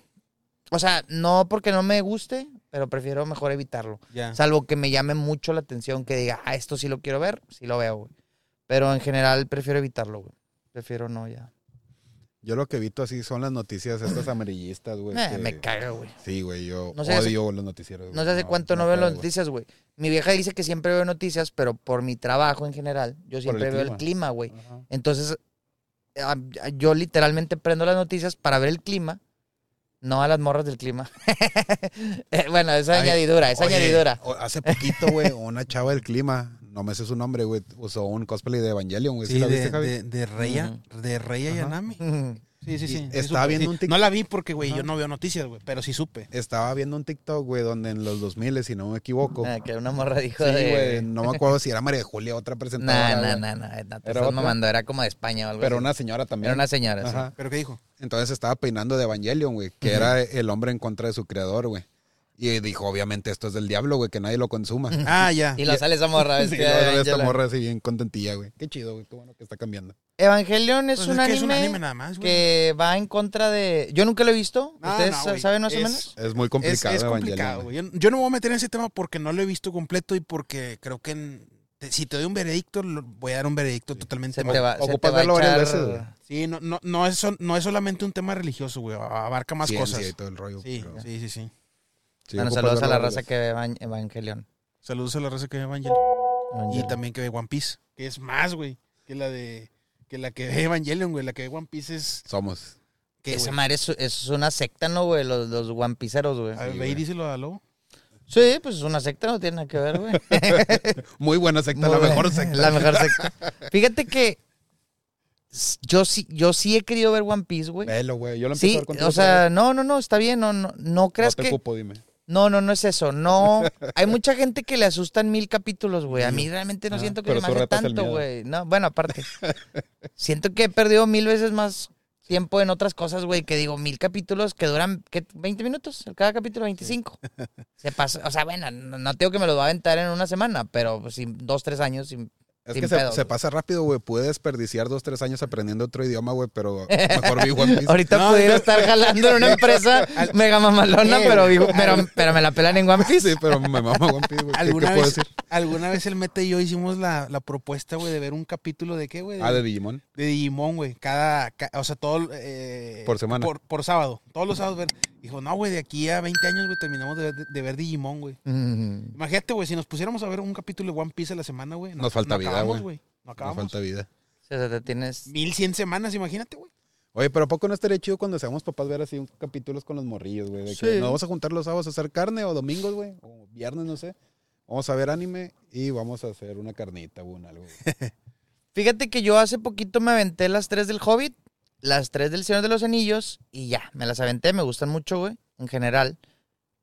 O sea, no porque no me guste, pero prefiero mejor evitarlo.
Ah.
Ya.
Salvo que me llame mucho la atención, que diga, ah, esto sí lo quiero ver, sí lo veo, güey. Pero en general prefiero evitarlo, güey. Prefiero no ya.
Yo lo que evito así son las noticias estas amarillistas, güey.
Eh,
que-
me caga, güey.
Sí, güey, yo
No sé hace-
odio los noticieros.
No
güey.
sé hace cuánto no, veo
puedo,
las
güey.
noticias, güey. Mi vieja dice que siempre veo noticias, pero por mi trabajo en general, yo siempre veo
clima.
el clima, güey.
Ajá.
Entonces, a- a- yo literalmente prendo las noticias para ver el clima, no a las morras del clima. Eh, bueno, esa
Ay,
añadidura, esa
Oye,
añadidura.
o- Hace poquito, güey, una chava del clima, no me sé su nombre, güey, usó un cosplay de Evangelion, güey. Pues ¿Sí,
Sí,
la
de,
viste, Javi?
de, de Reya, de Reya
Ajá.
Yanami. Sí, sí,
Y
sí. sí,
estaba
supe,
viendo
sí.
un tic-
No la vi porque, güey, yo
Ajá.
no veo noticias, güey, pero sí supe.
Estaba viendo un TikTok, güey, donde en los 2000, si no me equivoco.
Ah, que una morra dijo
Sí, güey,
de...
no me acuerdo si era María de Julia, otra presentadora.
No, no,
güey,
no, no, no, te
¿Era
estás
otra?
mamando, era como de España o algo
Pero
así.
una señora también.
Era una señora, sí.
Ajá.
¿Pero qué dijo?
Entonces estaba peinando de Evangelion, güey, que era el hombre en contra de su creador, güey. Y dijo, obviamente, esto es del diablo, güey, que nadie lo consuma.
Ah, ya.
Y lo sale esa morra,
Sí,
vestida
luego
de
sale esta
Angela.
morra así bien contentilla, güey. Qué chido, güey, qué bueno que está cambiando.
Evangelion es,
Pues
un,
que
anime
es un anime nada más, güey.
que va en contra de... Yo nunca lo he visto.
No,
¿Ustedes
no,
sa-
güey.
saben más o
Es-
menos?
Es muy
Es,
complicado,
es complicado,
Evangelion,
güey. Yo, yo no me voy a meter en ese tema porque no lo he visto completo y porque creo que en- te- si te doy un veredicto, lo- voy a dar un veredicto totalmente.
Se te va, se te
ocupas
va a
verlo varias
echar...
veces, güey.
Sí, no, no, no, es, sol- no es solamente un tema religioso, güey. Abarca más
Ciencia
cosas.
y todo el rollo.
Sí,
pero-
sí, sí, sí.
sí,
bueno,
ocupas
saludos a
verlo
la
varias
raza que ve Evan- Evangelion.
Saludos a la raza que ve Evangelion. Y también que ve One Piece. Que es más, güey. Que la de. Que la que ve Evangelion, güey. La que ve One Piece es.
veces. Somos.
¿Qué,
Esa
güey?
madre es, es una secta, ¿no, güey? Los, los One Pieceros, güey.
A ver,
Sí,
ve y
güey.
díselo a Lobo.
Sí, pues es una secta, no tiene nada que ver, güey.
Muy buena secta,
Muy
la
buena.
mejor secta.
La mejor secta. Fíjate que s- yo sí, yo sí he querido ver One Piece, güey.
Velo, güey. Yo lo empecé a
Sí,
ver contigo.
o sea, no, no, no, está bien, no, no, no
no
creas
te
que...
ocupo, dime.
No, no, no es eso, no. Hay mucha gente que le asustan mil capítulos, güey. A mí realmente no
Ah,
siento que
pero
me
tú
hace
retas el
tanto,
miedo.
güey. No, bueno, aparte. siento que he perdido mil veces más tiempo en otras cosas, güey, que digo, mil capítulos que duran, ¿qué? 20 minutos, cada capítulo 25. Se pasa, o sea, bueno, no, no te digo que me los va a aventar en una semana, pero pues, sí, dos, tres años, sí.
Es
Sin
que se,
pedos,
se
güey.
pasa rápido, güey. Pude desperdiciar dos, tres años aprendiendo otro idioma, güey, pero mejor vi One Piece.
Ahorita
No,
pudiera estar jalando en una empresa mega mamalona,
Eh,
pero, digo- pero, pero me la pelan en One Piece.
Sí, pero me mama One Piece, güey. ¿Qué- ¿Qué,
¿Alguna
puedo
vez,
decir?
alguna vez el Mete y yo hicimos la, la propuesta, güey, de ver un capítulo de qué, güey?
Ah, de Digimon.
de Digimon, güey. Cada, ca- o sea, todo. eh,
Por semana.
Por, por sábado. Todos los sábados, ver. Dijo, no, güey, de aquí a 20 años, güey, terminamos de, ver- de ver Digimon, güey.
Mm.
Imagínate, güey, si nos pusiéramos a ver un capítulo de One Piece a la semana, güey. no-
Nos falta
no
vida,
acabamos,
güey.
No
Nos
acabamos.
falta vida.
O sea, te tienes...
1100 semanas, imagínate, güey.
Oye, pero ¿a poco no estaría chido cuando seamos papás ver así un capítulos con los morrillos, güey? De que
Sí.
nos vamos a juntar los sábados a hacer carne o domingos, güey, o viernes, no sé. Vamos a ver anime y vamos a hacer una carnita, güey, un algo. güey.
Fíjate que yo hace poquito me aventé las tres del Hobbit, las tres del Señor de los Anillos y ya, me las aventé, me gustan mucho, güey, en general.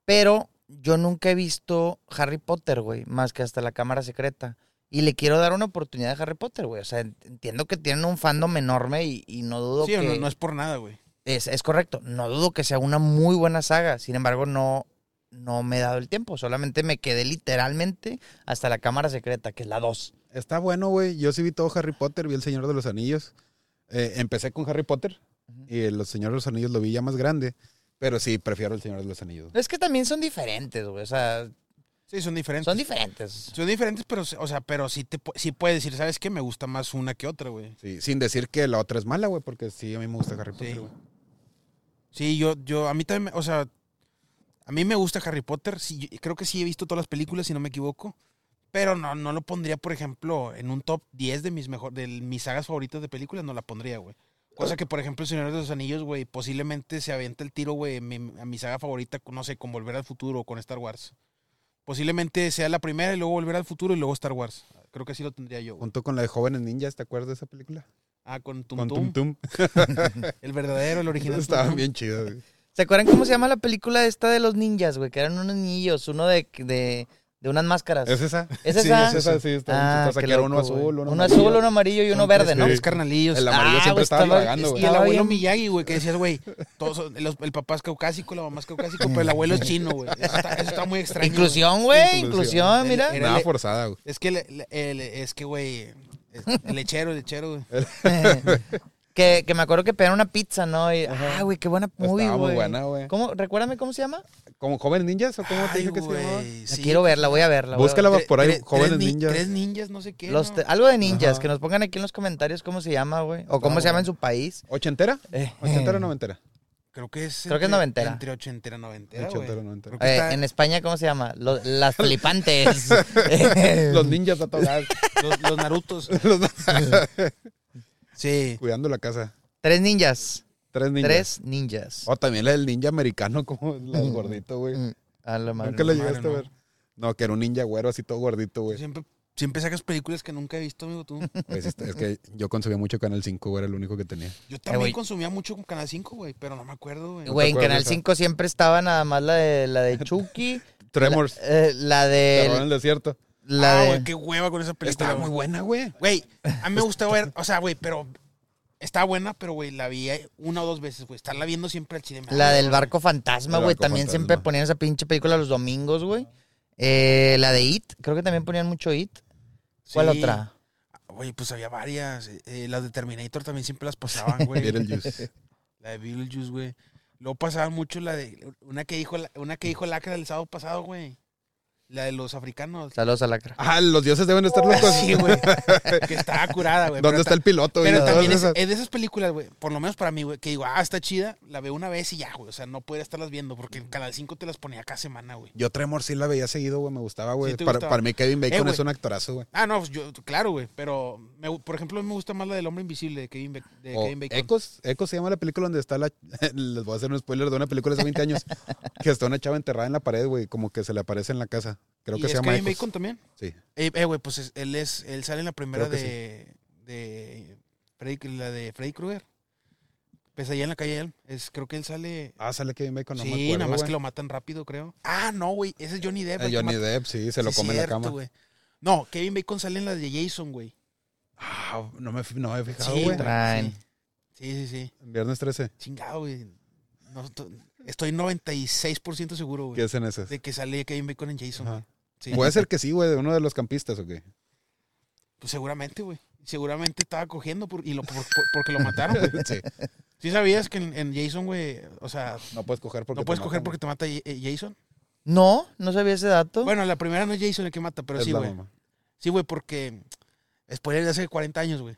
Pero yo nunca he visto Harry Potter, güey, más que hasta la cámara secreta. Y le quiero dar una oportunidad a Harry Potter, güey. O sea, ent- entiendo que tienen un fandom enorme y, y no dudo
Sí,
que...
no, no es por nada, güey.
Es, es correcto. No dudo que sea una muy buena saga. Sin embargo, no, no me he dado el tiempo. Solamente me quedé literalmente hasta la cámara secreta, que es la 2.
Está bueno, güey. Yo sí vi todo Harry Potter, vi El Señor de los Anillos. Eh, empecé con Harry Potter y El Señor de los Anillos lo vi ya más grande. Pero sí, prefiero El Señor de los Anillos.
Es que también son diferentes, güey. O sea,
Sí, son diferentes.
son
Son,
diferentes.
diferentes, pero, o sea, pero sí, te, pu- sí puedes decir, ¿sabes qué? Me gusta más una que otra, güey.
Sí, sin decir que la otra es mala, güey, porque sí, a mí me gusta Harry
Sí.
Potter, güey.
Sí, yo, yo, a mí también, me- o sea, a mí me gusta Harry Potter. Sí, yo- creo que sí he visto todas las películas, si no me equivoco. Pero no, no lo pondría, por ejemplo, en un top 10 de mis mejor, de mis sagas favoritas de películas, no la pondría, güey. Cosa que, por ejemplo, El Señor de los Anillos, güey, posiblemente se avienta el tiro, güey, mi- a mi saga favorita, no sé, con Volver al Futuro o con Star Wars. Posiblemente sea la primera y luego Volver al Futuro y luego Star Wars. Creo que así lo tendría yo, güey.
Junto con la de Jóvenes Ninjas, ¿te acuerdas de esa película?
Ah, con Tum
con Tum
Tum,
Tum.
el verdadero, el original. Tum
Estaban
Tum.
bien chidos, güey.
¿Se acuerdan cómo se llama la película esta de los ninjas, güey? Que eran unos niños, uno de, de, de unas máscaras.
¿Es esa?
¿Es
Sí,
esa?
es esa, sí. Está,
Ah,
está
qué
que era uno
loco, güey.
azul, uno,
uno azul, uno amarillo y uno verde, ¿no?
Los carnalillos.
El amarillo
Ah,
siempre
güey,
estaba
estaba-
divagando,
es-
güey.
Y el
Estaba
abuelo
bien.
Miyagi, güey, que decías, güey, todos son- los- el papá es caucásico, la mamá es caucásico, pero el abuelo es chino, güey. Eso está, eso está muy extraño.
Inclusión, güey,
Inclusión.
inclusión, mira.
Era
Nada
el-
forzada, güey.
güey. Es que, el- el- el- es que, güey, el lechero, el lechero, güey.
Que, que me acuerdo que pegaron una pizza, ¿no? Y, ah, güey, qué buena movie,
Estaba muy
güey.
buena, güey.
¿Cómo? Recuérdame cómo se llama.
¿Como jóvenes ninjas o cómo te
Ay,
dije que se
güey,
llamaba?
La
sí.
quiero verla, voy a verla. voy a
Búscala.
verla.
por ahí,
Tre-
jóvenes
tres ni-
ninjas.
Tres ninjas, no sé qué.
Los
¿no?
te- algo de ninjas,
Ajá.
que nos pongan aquí en los comentarios cómo se llama, güey. O
Está
cómo se
bueno.
llama en su país.
¿Ochentera?
Eh,
¿Ochentera o noventera?
Creo que es.
Creo que
entre-
es noventera.
Entre ochentera y noventera.
Ochentera,
güey.
noventera.
Creo que
eh,
está-
en España, ¿cómo se llama? Lo- las flipantes.
Los ninjas a todas.
Los, los Narutos. Sí.
Cuidando la casa.
Tres ninjas.
Tres ninjas.
Tres ninjas.
O también la del ninja americano, como el gordito, güey.
Mm, A la madre.
Nunca la
no,
llegaste
madre,
a ver. No, que era un ninja güero así todo gordito,
Tú
güey.
Siempre, siempre sacas películas que nunca he visto, amigo, tú.
Pues, este, es que yo consumía mucho Canal 5, güey, era el único que tenía.
Yo
Eh, güey.
también consumía mucho con Canal 5, güey, pero no me acuerdo, güey.
Güey, en
acuerdas
Canal
esa?
5 siempre estaba nada más la de, la de Chucky.
Tremors,
eh, la
Terror en
de...
el desierto.
La
ah,
de...
güey, qué hueva con esa película.
Estaba
güey.
buena, güey.
Güey, a mí me gusta ver, o sea, güey, pero está buena, pero güey, la vi eh, una o dos veces, güey. Estarla viendo siempre al chile. me
La
da-
del barco fantasma,
El
güey.
barco
También
fantasma.
siempre ponían esa pinche película los domingos, güey. Eh, la de It. Creo que también ponían mucho It. ¿Cuál
Sí.
otra?
Güey, pues había varias. eh, eh, las de Terminator también siempre las pasaban, güey.
Beetlejuice.
La de Beetlejuice, güey. Luego pasaban mucho la de una que dijo la- una que dijo el Acra el sábado pasado, güey. La de los africanos.
Saludos a Lacra.
Ah, los dioses deben estar locos.
Oh, Sí, güey. Que estaba curada, güey.
¿Dónde
pero
está el piloto? güey?
Pero
Todas
también es, eh,
esas.
es de esas películas, güey, por lo menos para mí, güey, que digo, ah, está chida, la veo una vez y ya, güey. O sea, no podría estarlas viendo porque en Canal 5 te las ponía cada semana, güey.
Yo Tremor sí la veía seguido, güey. Me gustaba, güey.
Sí te
para,
gustaba. Eh,
para mí Kevin Bacon
güey.
es un actorazo, güey.
Ah, no, pues yo, claro, güey, pero me gu- por ejemplo, me gusta más la del hombre invisible de Kevin, Bac- de
O
Kevin Bacon.
Ecos, Ecos se llama la película donde está la... Les voy a hacer un spoiler de una película hace 20 años que está una chava enterrada en la pared, güey. Como que se le aparece en la casa. Creo
¿Y
que se
es
llama
Kevin
Ecos.
Bacon también?
Sí.
Eh, eh, güey, pues es- él es él sale en la primera
Creo que
de de Freddy, la de Freddy Krueger. Pesadilla en la calle de Elm, es creo que él sale
Ah, sale Kevin Bacon, no
Sí,
me acuerdo,
nada más que
güey.
lo matan rápido, creo. Ah, no, güey, ese es Johnny Depp,
Eh,
el que
Johnny
mata-
Depp, sí, se lo
Sí,
come en la
cierto,
cama.
güey. No, Kevin Bacon sale en la de Jason, güey.
Ah, no me, fi- no me he fijado,
Sí,
güey.
güey.
Traen.
Sí, sí, sí.
Viernes 13.
Chingado, güey. No, to- estoy 96% seguro,
¿Qué
güey.
hacen esas?
De que sale Kevin Bacon en Jason.
Ajá.
güey. Sí.
Puede ser que sí, güey, de uno de los campistas o qué.
Pues seguramente, güey. Seguramente estaba cogiendo por- y lo, por- por- porque lo mataron, güey.
Sí.
¿Sí sabías que en, en Jason, güey, o sea,
No puedes coger porque.
no puedes
te
coger
matan,
porque te mata Ye- eh, Jason?
No, no sabía ese dato.
Bueno, la primera no es Jason el que mata, pero
Es
sí,
la
güey.
mamá.
Sí, güey, porque. Spoiler de hace 40 años, güey.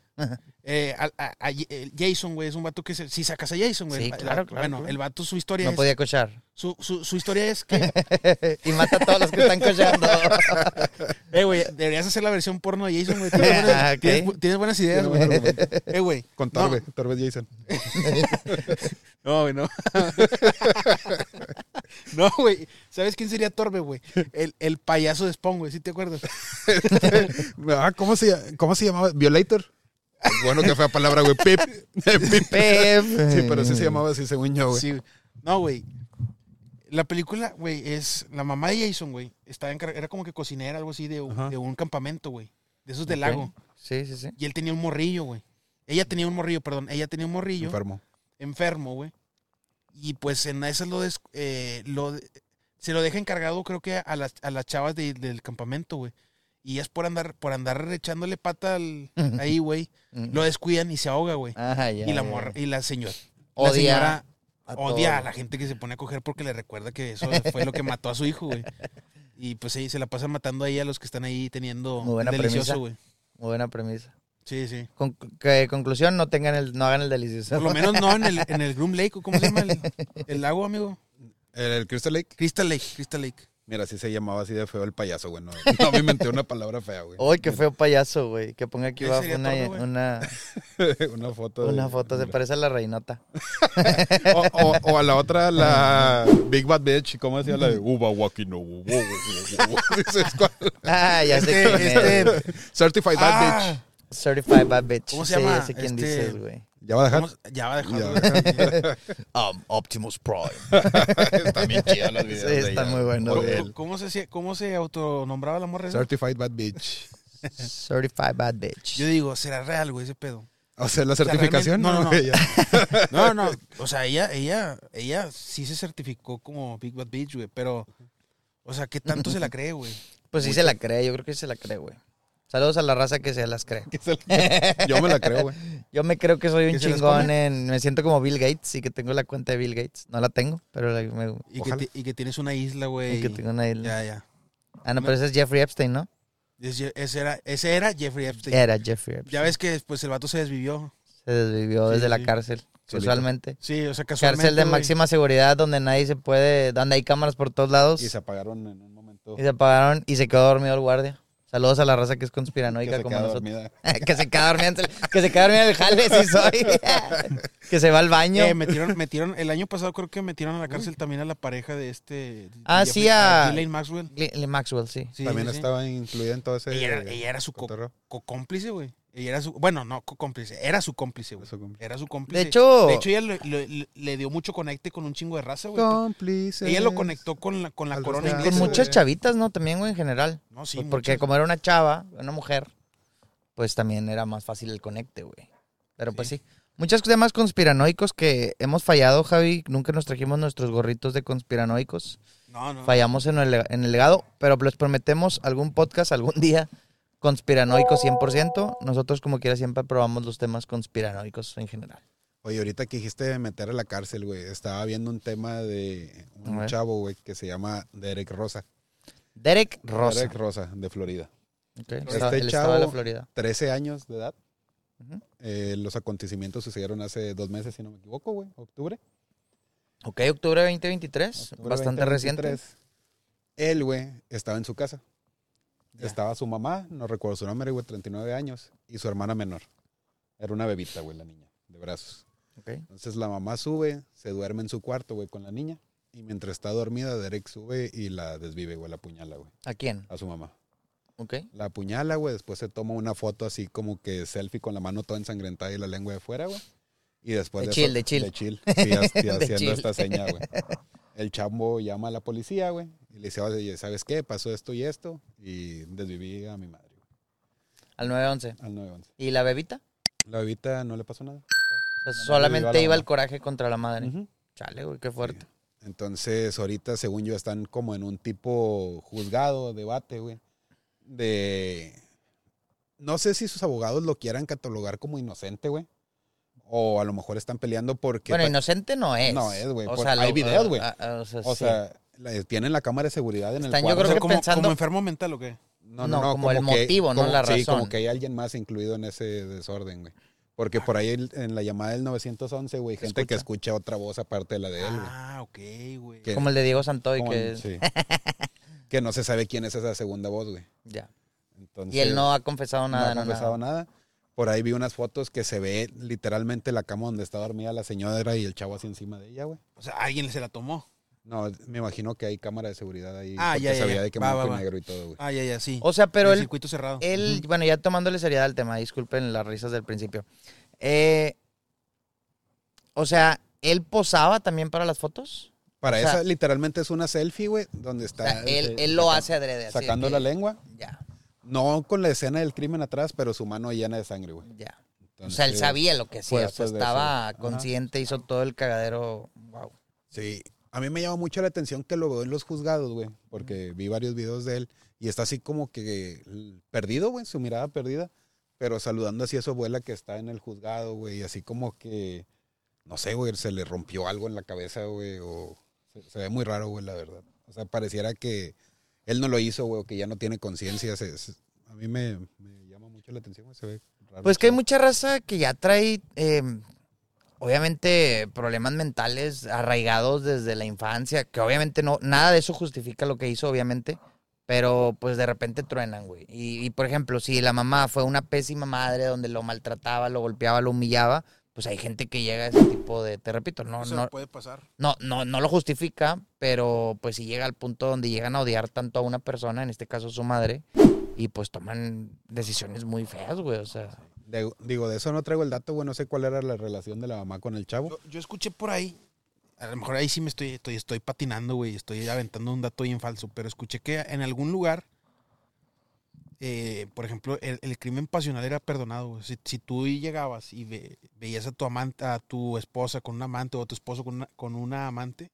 Eh, a- a- a- el Jason, güey, es un vato que se, si sacas a Jason, güey.
Sí,
el-
claro,
el-
claro,
Bueno,
claro.
el vato, su historia
no
es.
podía cochar.
Su, su, su historia es que.
y mata a todos los que están cochando.
Eh, güey, deberías hacer la versión porno de Jason, güey. Tienes,
Ah,
buenas,
ok.
tienes bu- tienes buenas ideas,
Tiene
güey.
buen argumento.
Eh, güey.
Con
no,
Torbe, Torbe Jason.
No, güey, no. no, güey. ¿Sabes quién sería Torbe, güey? El, el payaso de Spawn, güey, ¿sí te acuerdas?
Ah, ¿cómo se, ¿cómo se llamaba? ¿Violator? Bueno, que fue la palabra, güey. Pip. Pip.
Pep.
Sí, pero
Eh.
sí se llamaba así, según yo, güey.
Sí, güey. No, güey. La película, güey, es. La mamá de Jason, güey, estaba encarga- era como que cocinera, algo así, de, un-
Ajá.
de un campamento, güey. De esos del
Ok.
lago.
Sí, sí, sí.
Y él tenía un morrillo, güey. Ella tenía un morrillo, perdón. Ella tenía un morrillo.
Enfermo.
enfermo, güey. Y pues en esas lo, des- eh, lo de- se lo deja encargado, creo que a las, a las chavas de- del campamento, güey. Y es por andar, por andar echándole pata al, ahí, güey. Lo descuidan y se ahoga, güey.
Mm. Ajá, Ah, ya,
Y la
ya.
morra, y la señora.
Odia
la señora
a
odia a
todo.
la gente que se pone a coger porque le recuerda que eso fue lo que mató a su hijo, güey. Y pues ahí se la pasa matando ahí a los que están ahí teniendo
Muy buena
el delicioso,
premisa.
güey.
Muy buena premisa.
Sí, sí.
Con- que, conclusión, no tengan el, no hagan el delicioso.
Por lo menos no en el, en el Groom Lake, ¿o ¿cómo se llama el, el lago, amigo?
El, el Crystal Lake.
Crystal Lake, Crystal Lake.
Mira, sí se llamaba así de feo el payaso, güey. No, no me inventé una palabra fea, güey.
Uy, qué feo payaso, güey. Que ponga aquí
Ese
abajo
sería
una,
Torbe, güey.
una,
una foto. de-
una foto. Se parece a la reinota.
O, o- o a la otra, la Big Bad Bitch, ¿cómo decía? La de Uba Wakino. wo- wo- wo- wo- wo". Dices, ¿cuál?
Ah, ya sé quién
Este,
es.
este,
Certified Bad
ah,
Bitch.
Certified Bad Bitch.
¿Cómo se
Sí,
llama?
ya sé quién
Este-
dices, güey.
Ya va a dejar.
¿cómo se- Ya va a dejarlo.
Um, Optimus Prime.
Están bien chidos los videos.
Sí,
de
están
ella.
muy buenos,
Joder.
güey.
¿Cómo, cómo se, hacía- ¿Cómo se autonombraba la morra? esa?
Certified Bad Bitch.
Certified Bad Bitch.
Yo digo, ¿será real, güey, ese pedo?
O sea, la
sea,
certificación.
realmente- no, no, no.
Ella-
No, no. O sea, ella, ella, ella sí se certificó como Big Bad Bitch, güey, pero. O sea, ¿qué tanto se la cree, güey?
Pues sí se la cree, yo creo que sí se la cree, güey. Saludos a la raza que se las cree.
Que se la- Yo me la creo, güey.
Yo me creo que soy un
¿Que se las
chingón
come?
en... Me siento como Bill Gates y que tengo la cuenta de Bill Gates. No la tengo, pero la- me-
Y que,
Ojalá.
ti- y que tienes una isla, güey.
que tengo una isla.
Ya, ya.
Ah, no, pero ese es Jeffrey Epstein, ¿no?
Ese, ese era, ese era Jeffrey Epstein.
Era Jeffrey Epstein.
Ya ves que después el vato se desvivió.
Se desvivió
Sí,
desde
sí,
la
sí.
cárcel,
Solito.
usualmente.
Sí, o sea, casualmente.
Cárcel de
güey.
máxima seguridad donde nadie se puede, donde hay cámaras por todos lados.
Y se apagaron en un momento.
Y se apagaron y se quedó dormido el guardia. Saludos a la raza que es
que
conspiranoica
se
como
queda
nosotros.
dormida.
que se queda dormida, en el- que se queda dormida en el jale, sí soy. que se va al baño.
Eh, metieron, metieron, el año pasado creo que metieron a la cárcel también a la pareja de este.
Ah,
Jeffrey-
sí, a-
Ghislaine Maxwell.
Li- Li- Maxwell, sí.
Sí,
También
sí, sí.
estaba incluida en todo ese.
este
Ella era, ella era su co-
cotorreo.
co-cómplice, güey. Ella era su. Bueno, no co-cómplice. Era su cómplice, güey.
Su cómplice.
Era su cómplice.
hecho-
De hecho, ella le, le- le dio mucho conecte con un chingo de raza, güey.
Cómplices.
Ella lo conectó con la, con la
Al
corona
resto de-
inglesa.
Con
sí,
muchas
sí.
chavitas, ¿no? También, güey, en general.
No, sí,
Pues porque
muchas.
como era una chava, una mujer, pues también era más fácil el conecte, güey. Pero pues
Sí.
sí. Muchos temas conspiranoicos que hemos fallado, Javi. Nunca nos trajimos nuestros gorritos de conspiranoicos.
No, no.
fallamos en el, en el legado, pero les prometemos algún podcast algún día conspiranoico 100%. Nosotros, como quiera, siempre probamos los temas conspiranoicos en general.
Oye, ahorita que dijiste meter a la cárcel, güey, estaba viendo un tema de
A
un
ver.
chavo, güey, que se llama Derek Rosa.
Derek Rosa.
Derek Rosa, de Florida.
Ok, está-
Este
el estado de la
chavo-
Florida.
13 años de edad.
Ujú.
Eh, los acontecimientos sucedieron hace dos meses, si no me equivoco, güey, octubre.
Ok, octubre 2023,
octubre
bastante
2023.
reciente.
Él, güey, estaba en su casa.
Ya.
Estaba su mamá, no recuerdo su nombre, güey, 39 años, y su hermana menor. Era una bebita, güey, la niña, de brazos.
Ok.
Entonces la mamá sube, se duerme en su cuarto, güey, con la niña. Y mientras está dormida, Derek sube y la desvive, güey, la apuñala, güey,
¿A quién?
a su mamá.
Ok.
La apuñala, güey, después se toma una foto así como que selfie con la mano toda ensangrentada y la lengua de fuera, güey. Y después
De
de,
chill,
eso-
de chill.
De chill. Sí, as- sí,
De
haciendo
chill.
esta seña, güey. El chambo llama a la policía, güey. Y le dice, oye, ¿sabes qué? Pasó esto y esto. Y desviví a mi madre, güey,
Al 911.
al 911.
¿Y la bebita?
La bebita no le pasó nada. Nomás le
O sea,
dio a
solamente
la
iba el
mamá.
coraje contra la madre.
Ujú.
Chale, güey, qué fuerte.
Entonces, ahorita, según yo, están como en un tipo juzgado, debate, güey. De. No sé si sus abogados lo quieran catalogar como inocente, güey. O a lo mejor están peleando porque.
Bueno, inocente no es.
No es, güey,
O
por-
sea,
hay
lo-
videos, güey.
ah, ah, O sea,
o
sí.
sea, la- tienen la cámara de seguridad en
Están,
el
yo
cuarto.
creo
O sea,
que
como,
pensando-
como enfermo mental o qué.
No,
No, como el motivo, no la
Sí, como
razón.
que hay alguien más incluido en ese desorden, güey. Porque por ahí el- en la llamada del 911, güey,
Se
gente que escucha otra voz aparte de la de él, güey.
Ah, ok, güey.
Que-
Como el de Diego Santoy,
Como-
que es-
sí. que no se sabe quién es esa segunda voz, güey.
Ya.
Entonces,
Y él no ha confesado nada,
no
no,
ha
nada.
confesado nada. Por ahí vi unas fotos que se ve literalmente la cama donde está dormida la señora y el chavo así encima de ella, güey.
O sea, alguien se la tomó.
No, me imagino que hay cámara de seguridad ahí.
Ah,
porque
ya, ya,
sabía
ya.
de que
Va,
blanco
va,
y
va.
negro y todo, güey.
Ah, ya, ya, sí.
O sea, pero
En
él eh,
circuito cerrado.
Él, bueno, ya tomándole seriedad al tema, disculpen las risas del principio. Eh, o sea, él posaba también para las fotos.
Para
o sea-
esa, literalmente es una selfie, güey, donde
O
está.
sea, él,
eh,
él lo
saca-
hace adrede. así de
Sacando
que-
la lengua.
Ya,
No con la escena del crimen atrás, pero su mano llena de sangre, güey.
ya. O sea, él
Entonces,
sabía lo que
fue
hacía. O sea,
después de
estaba
eso. Ajá.
consciente, hizo todo el cagadero. Wow.
Sí, a mí me llama mucho la atención que lo veo en los juzgados, güey, porque vi varios videos de él y está así como que l- perdido, güey, su mirada perdida, pero saludando así a su abuela que está en el juzgado, güey, y así como que, no sé, güey, se le rompió algo en la cabeza, güey, o se, se ve muy raro, güey, la verdad. O sea, pareciera que él no lo hizo, güey, o que ya no tiene conciencia. se- se- a mí me, me llama mucho la atención, güey, se ve raro.
Pues que hay mucha raza que ya trae, eh, obviamente, problemas mentales arraigados desde la infancia, que obviamente no, nada de eso justifica lo que hizo, obviamente, pero pues de repente truenan, güey. Y, y, por ejemplo, si la mamá fue una pésima madre donde lo maltrataba, lo golpeaba, lo humillaba, pues hay gente que llega a ese tipo de, te repito, no,
Eso
no,
puede pasar.
no, no, no lo justifica, pero pues si llega al punto donde llegan a odiar tanto a una persona, en este caso su madre, y pues toman decisiones muy feas, güey, o sea.
De- digo, de eso no traigo el dato, güey, no sé cuál era la relación de la mamá con el chavo.
Yo, yo escuché por ahí, a lo mejor ahí sí me estoy, estoy, estoy patinando, güey, estoy aventando un dato bien falso, pero escuché que en algún lugar, eh, por ejemplo, el, el crimen pasional era perdonado. güey. Si, si tú llegabas y ve- veías a tu amante, a tu esposa con un amante o a tu esposo con una, con una amante,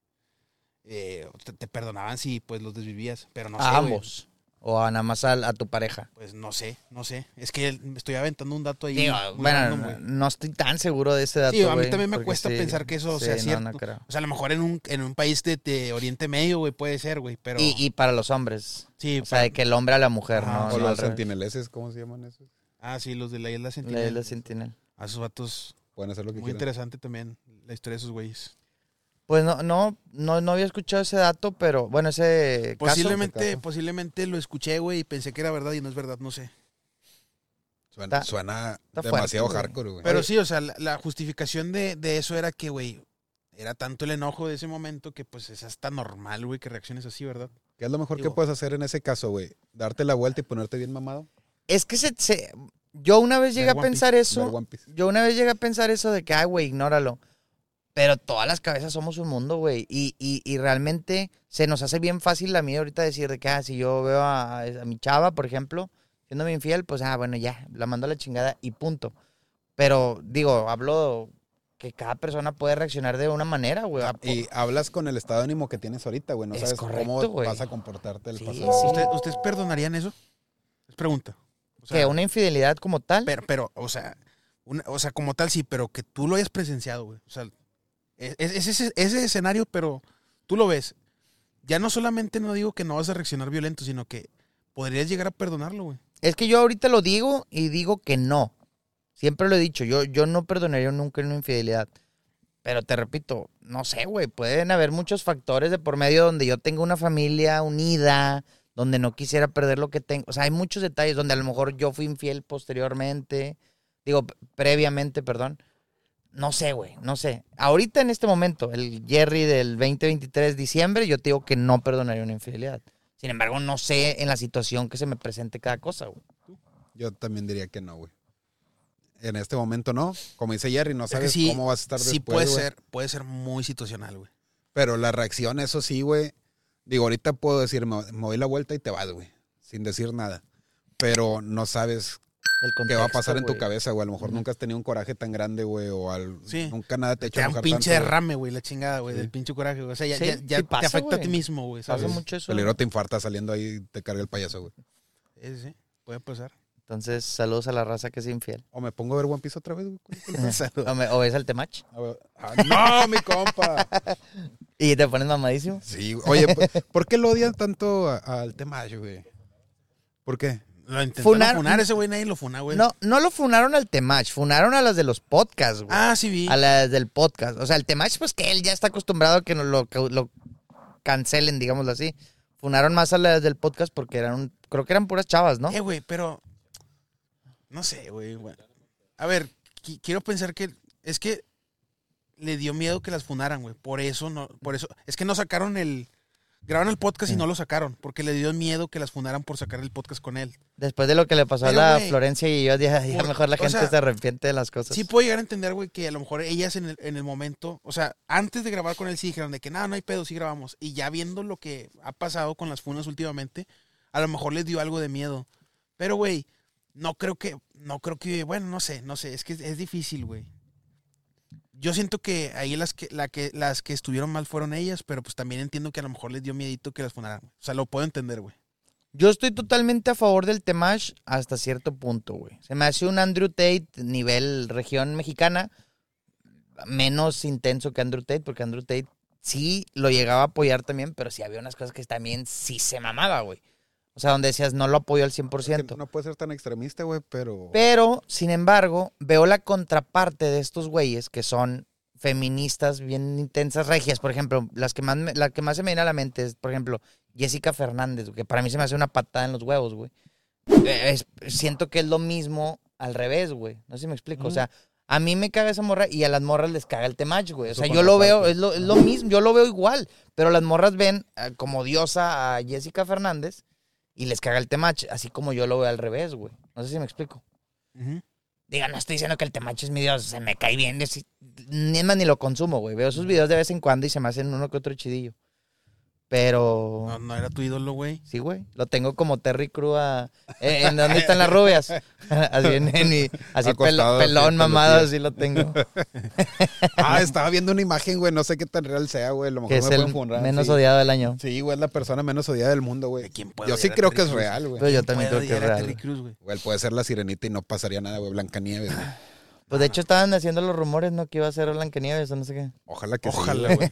eh, te, te perdonaban si pues los desvivías, pero no sé,
a
güey.
ambos. ¿O a nada más al- a, tu pareja?
Pues no sé, no sé. Es que me estoy aventando un dato ahí.
Digo,
muy
bueno,
random,
no,
güey.
estoy tan seguro de ese dato.
Sí, a mí
güey,
también me
porque
cuesta
sí,
pensar que eso
sí,
sea
no,
cierto.
no creo.
O sea, a lo mejor en un, en un país de, de Oriente Medio, güey, puede ser, güey, pero...
Y, y para los hombres.
sí, pues,
O sea, de que el hombre a la mujer,
o
Ajá,
¿no? no
los
al revés.
sentineleses, ¿cómo se llaman esos?
Ah, sí, los de la isla
La
Sentinel.
isla Sentinel.
A esos vatos.
Pueden hacer lo que
Muy
quieran.
interesante también la historia de esos güeyes.
Pues no, no, no, no había escuchado ese dato, pero bueno, ese caso.
Posiblemente,
caso.
posiblemente lo escuché, güey, y pensé que era verdad y no es verdad, no sé.
Suena,
Está-
suena
fuerte,
demasiado
güey.
hardcore, güey.
Pero sí, o sea, la, la justificación de, de eso era que, güey, era tanto el enojo de ese momento que, pues, es hasta normal, güey, que reacciones así, ¿verdad?
¿Qué es lo mejor
Digo-
que puedes hacer en ese caso, güey? Darte la vuelta y ponerte bien mamado.
Es que se, se- yo una vez llegué
Ver
a
One Piece,
pensar
Ver
eso.
One Piece.
Yo una vez llegué a pensar eso de que, ay, güey, ignóralo. Pero todas las cabezas somos un mundo, güey. Y, y, y realmente se nos hace bien fácil la mía ahorita decir de que, ah, si yo veo a, a mi chava, por ejemplo, siendo bien infiel, pues, ah, bueno, ya, la mando a la chingada y punto. Pero, digo, hablo que cada persona puede reaccionar de una manera, güey. A-
Y hablas con el estado de ánimo que tienes ahorita, güey. No
Es
sabes
correcto,
cómo
güey.
vas a comportarte el
Sí,
pasado.
sí.
¿Usted- ¿Ustedes perdonarían eso? Es pregunta. O sea,
que una infidelidad como tal.
Pero, pero, o sea, una- o sea, como tal sí, pero que tú lo hayas presenciado, güey. O sea, es, es- es ese, ese escenario, pero tú lo ves. Ya no solamente no digo que no vas a reaccionar violento, sino que podrías llegar a perdonarlo, güey.
Es que yo ahorita lo digo y digo que no. Siempre lo he dicho, yo, yo no perdonaría nunca una infidelidad. Pero te repito, no sé, güey, pueden haber muchos factores de por medio donde yo tengo una familia unida, donde no quisiera perder lo que tengo. O sea, hay muchos detalles donde a lo mejor yo fui infiel posteriormente, digo, p- previamente, perdón. No sé, güey, no sé. Ahorita en este momento, el Jerry del 2023 diciembre, yo te digo que no perdonaría una infidelidad. Sin embargo, no sé en la situación que se me presente cada cosa, güey.
Yo también diría que no, güey. En este momento no. Como dice Jerry, no
que
sabes
sí-
cómo vas a estar
Sí
después,
puede
güey.
ser, puede ser muy situacional, güey.
Pero la reacción, eso sí, güey. Digo, ahorita puedo decir, me, me doy la vuelta y te vas, güey. Sin decir nada. Pero no sabes
El
qué
contexto,
va a pasar en tu
güey.
cabeza, güey. A lo mejor
Ujú.
nunca has tenido un coraje tan grande, güey. O al,
Sí.
nunca nada te ha hecho
Te da un
enojar tanto,
pinche
güey.
derrame, güey, la chingada, güey,
Sí.
del pinche coraje, güey. O sea, ya,
Sí,
ya- ya
sí
te
pasa,
afecta a ti
güey.
mismo, güey.
Pasa
¿sabes?
mucho eso.
Peligro te infarta saliendo ahí y te carga el payaso, güey.
Sí, sí, puede pasar.
Entonces, saludos a la raza que es infiel.
O me pongo a ver One Piece otra vez, güey.
O, me- o ves al temach
A ver, ah, ¡No, mi compa!
y te pones mamadísimo.
Sí, güey. oye, ¿por- ¿por qué lo odian tanto a- al tema, güey? ¿Por qué?
Lo intentaron
Funar-
funar, ese güey, nadie lo funa, güey.
No, no lo funaron al temach, funaron a las de los podcasts, güey.
Ah, sí vi.
A las del podcast. O sea, el temach, pues que él ya está acostumbrado a que no lo, que lo cancelen, digámoslo así. Funaron más a las del podcast porque eran, creo que eran puras chavas, ¿no?
Eh, güey, pero. No sé, güey. güey. A ver, qui- quiero pensar que. Es que le dio miedo que las funaran, güey. Por eso no. Por eso. Es que no sacaron el. Grabaron el podcast y no lo sacaron. Porque le dio miedo que las funaran por sacar el podcast con él.
Después de lo que le pasó
Pero,
a la
güey,
Florencia y yo, ya, ya
por-
mejor la
o
gente
sea,
se arrepiente de las cosas.
Sí puedo llegar a entender, güey, que a lo mejor ellas en el, en el momento. O sea, antes de grabar con él sí dijeron de que nada, no hay pedo, sí grabamos. Y ya viendo lo que ha pasado con las funas últimamente, a lo mejor les dio algo de miedo. Pero, güey, no creo que, no creo que, bueno, no sé, no sé, es que es, es difícil, güey. Yo siento que ahí las que, la que, las que estuvieron mal fueron ellas, pero pues también entiendo que a lo mejor les dio miedito que las funaran. güey. O sea, lo puedo entender, güey.
Yo estoy totalmente a favor del Temash hasta cierto punto, güey. Se me hace un Andrew Tate nivel región mexicana menos intenso que Andrew Tate, porque Andrew Tate sí lo llegaba a apoyar también, pero sí había unas cosas que también sí se mamaba, güey. O sea, donde decías, no lo apoyo al 100%.
No puede ser tan extremista, güey, pero...
Pero, sin embargo, veo la contraparte de estos güeyes que son feministas bien intensas, regias, por ejemplo, las que más, me- la que más se me viene a la mente es, por ejemplo, Jessica Fernández, que para mí se me hace una patada en los huevos, güey. Eh, es- siento que es lo mismo al revés, güey. No sé si me explico. O sea, a mí me caga esa morra y a las morras les caga el temach, güey. O
Eso
sea, yo lo veo,
contraparte.
es lo, es lo mismo, yo lo veo igual. Pero las morras ven eh, como diosa a Jessica Fernández y les caga el temach, así como yo lo veo al revés, güey. No sé si me explico. Diga, no estoy diciendo que el temacho es mi dios, se me cae bien. de si- Ni es más, ni lo consumo, güey. Veo sus videos de vez en cuando y se me hacen uno que otro chidillo. Pero.
Ah.
No, no era tu ídolo, güey.
Sí, güey. Lo tengo como Terry Crew a- e, ¿En, en dónde están las rubias? así en, en mi- así pelo-
Acostado, sí,
pelón,
peluquillo.
mamado, así lo tengo.
Ah, estaba viendo una imagen, güey. No sé qué tan real sea, güey. A lo mejor
que es
me
el
pueden funar,
menos
sí.
odiado del año.
Sí, güey, es la persona menos odiada del mundo, güey.
¿De quién puedo
Yo sí
odiar a
creo
Terry
que es
Crews?
real,
Pero
güey.
yo también creo
Puedo
que es
odiar a
real.
Terry
güey.
Crews, güey.
Güey, puede ser la sirenita y no pasaría nada, güey. Blancanieves, güey.
Pues de hecho estaban haciendo los rumores, ¿no? Que iba a ser Blancanieves o no sé qué.
Ojalá que sí,
Ojalá, güey.